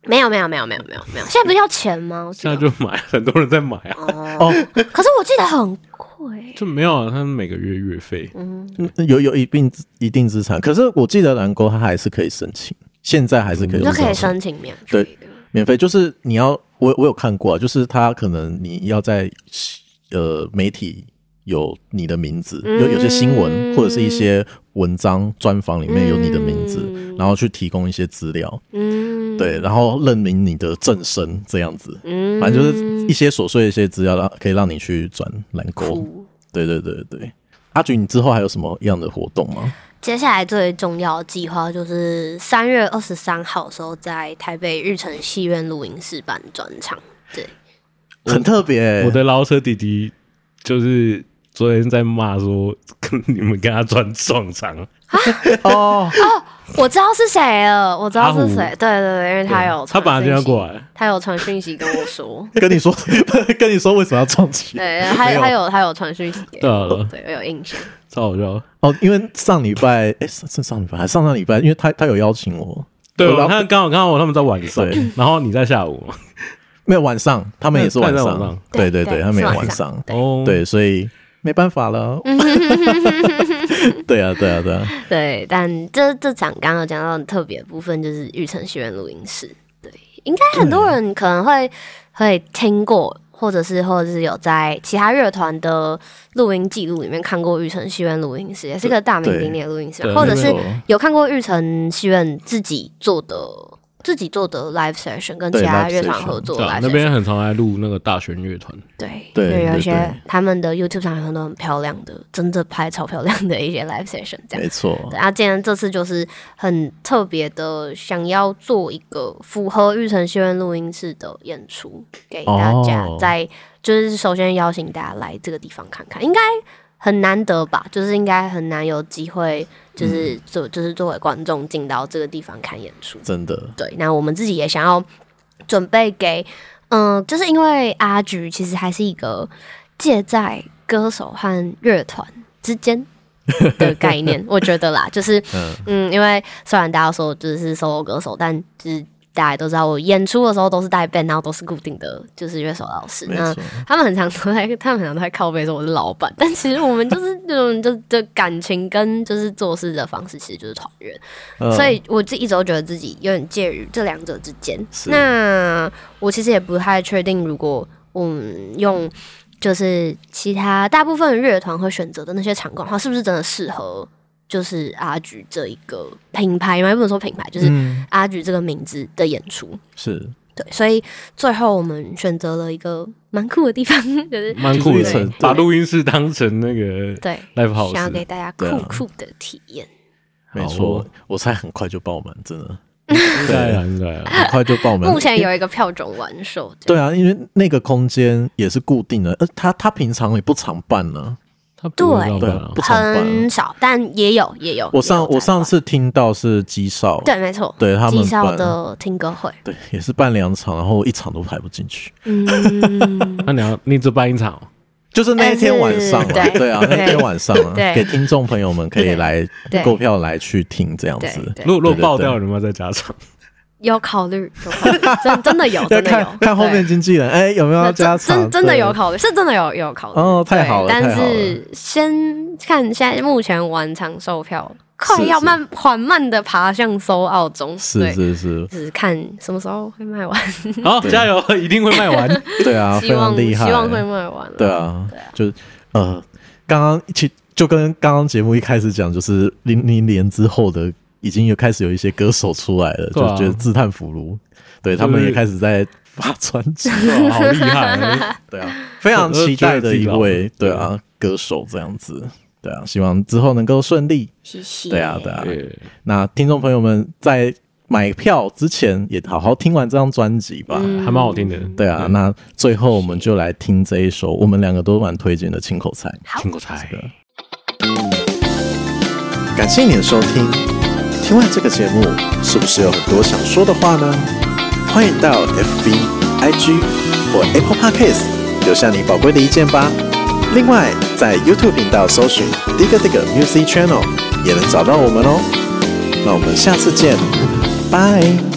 没有没有没有没有没有没有，现在不是要钱吗？我记
现
得
在就买，很多人在买啊，
哦，
哦，
可是我记得很贵。
就没有啊，他们每个月月费。
嗯，
嗯有有一定一定资产，可是我记得蓝勾它还是可以申请，现在还是嗯可以
你就可以
申
申
请
请免费的。
免费，就是你要我我有看过、啊，就是它可能你要在呃媒体有你的名字，有有些新闻
嗯
或者是一些文章专访里面有你的名字，
嗯
然后去提供一些资料，
嗯，
对，然后认明你的正身这样子。
嗯，
反正就是一些琐碎的一些资料，让可以让你去转蓝勾。
酷
对对对对，阿菊，你之后还有什么样的活动吗？
接下来最重要的计划就是三月二十三号的时候在台北日城戏院录音室办专场。对，
很特别欸、
我的捞车弟弟就是昨天在骂说，跟你们跟他撞撞场，
哦，
我知道是谁了，啊我知道是
阿
谁。对对对，因为他有
他
传
本来就
讯
要
息
过来，
他有传讯息跟我说。
跟 你说，跟你说为什么要撞期？
对，他
没有
他有他有传讯息给
对
我，
啊，
对我有印象。
超好笑。
哦，因为上礼拜，哎、上上上礼拜还是上上礼拜，因为他他有邀请我，
对，
我
我
老
看刚好刚好他们在晚上
对，
然后你在下午，
没有晚上，他们也是晚
他也
上，
在晚上
对
对
对，
对
他们也
是
晚
晚
上，
对
哦，
对，所以没办 法了。对啊，对啊，对啊，
对，但这这场刚刚有讲到很特别的部分，就是玉成学院录音室。对，应该很多人可能会会听过，或者是或者是有在其他乐团的录音记录里面看过玉成戏院录音室，也是个大名鼎鼎的录音室啊
对，
或者
没
是
错
有看过玉成戏院自己做的自己做的 live session，跟
对
其他
live
乐团
session，
合作
对
的
啊
live，
那
session
边很常来录那个大弦乐团，
对，
对
就有
对
一些
对
他们的 YouTube 上有很多很漂亮的，真的拍超漂亮的一些 live session，这样
没。错
对，啊，既然这次就是很特别的，想要做一个符合玉成戏院录音室的演出给大家
哦
在，就是首先邀请大家来这个地方看看，应该很难得吧？就是应该很难有机会，就是作、就是作为观众进到这个地方看演出。
真的，
对，那我们自己也想要准备给，嗯、就是因为阿菊其实还是一个介在歌手和乐团之间的概 念，我觉得啦，就是
嗯
嗯，因为虽然大家说我就是 solo 歌手，但就是大家都知道我演出的时候都是带 band，然后都是固定的就是乐手老师，
没
那
错，
他们很常都在，他们很常都在靠背说我是老板，但其实我们就是 那种就就感情跟就是做事的方式其实就是团圆。
嗯
所以我自己一直都觉得自己有点介于这两者之间。
是
那我其实也不太确定，如果我们用就是其他大部分乐团会选择的那些场馆的话，是不是真的适合就是阿菊这一个品牌？因为不能说品牌，就是
嗯，
阿菊这个名字的演出。
是
对，所以最后我们选择了一个蛮酷的地方， 就是
蛮酷
就是
的
对，
把录音室当成那个
对。
live
想要给
house。
大家
对
酷
啊
酷的体验，
没
好
错
哦，
我猜很快就爆满，真的，
应该啊，应该啊。
很快就爆满。
目前有一个票种完售，这样
对啊，因为那个空间也是固定的，呃，他他平常也不常办呢、
他不会
对
上
对
班
啊
啊，
不常办
很。少，但也有也有。
我
也
上
有在
我上
办
次听到是鸡少，
对，没错，
对他们
绩效
办
的听歌会，
对，也是办两场，然后一场都排不进去，
嗯，
那你要你只办一场哦，
就是那一天晚上啊，
但是对
对啊，那天晚上啊，
对
给听众朋友们可以来
对
购票来去听这样
对
子，
对
如，果如
对
果
对
爆
对
掉，你们要再加场。
有考虑，有考虑， 真真的有，
要
真的有
看，看后面
对。
经纪人哎有没有要
那
加
真
场，
真真的
对
有考虑，是真的有有考虑
哦太
对
好了太
但
好了
是先看现在目前晚场售票快
是
要
是
慢缓慢的爬向收澳中，
是
对，
是是，
只是看什么时候会卖完，
好，加油，一定会卖 完。
对啊，非
希望
常厉害，
希望会卖完，
对，啊，就是呃，刚刚其就跟刚刚节目一开始讲，就是零零年之后的，已经有开始有一些歌手出来了，
对啊
就觉得自叹弗如，对他们
就是
也开始在发专辑，
哇哦好厉害！
对啊， 非常期待的一位，
对
对啊，歌手这样子，对啊，希望之后能够顺利，
谢谢，
对啊，对啊。
对
那听众朋友们在买票之前，也好好听完这张专辑吧。
嗯
还蛮好听的。
对啊，那最后我们就来听这一首我们两个都蛮推荐的《青口菜》。
听过菜
这个
感谢你的收听。听完这个节目，是不是有很多想说的话呢？欢迎到 FB、IG 或 Apple Podcast 留下你宝贵的意见吧。另外，在 YouTube 频道搜寻 “Dig Dig Music Channel” 也能找到我们哦。那我们下次见，拜。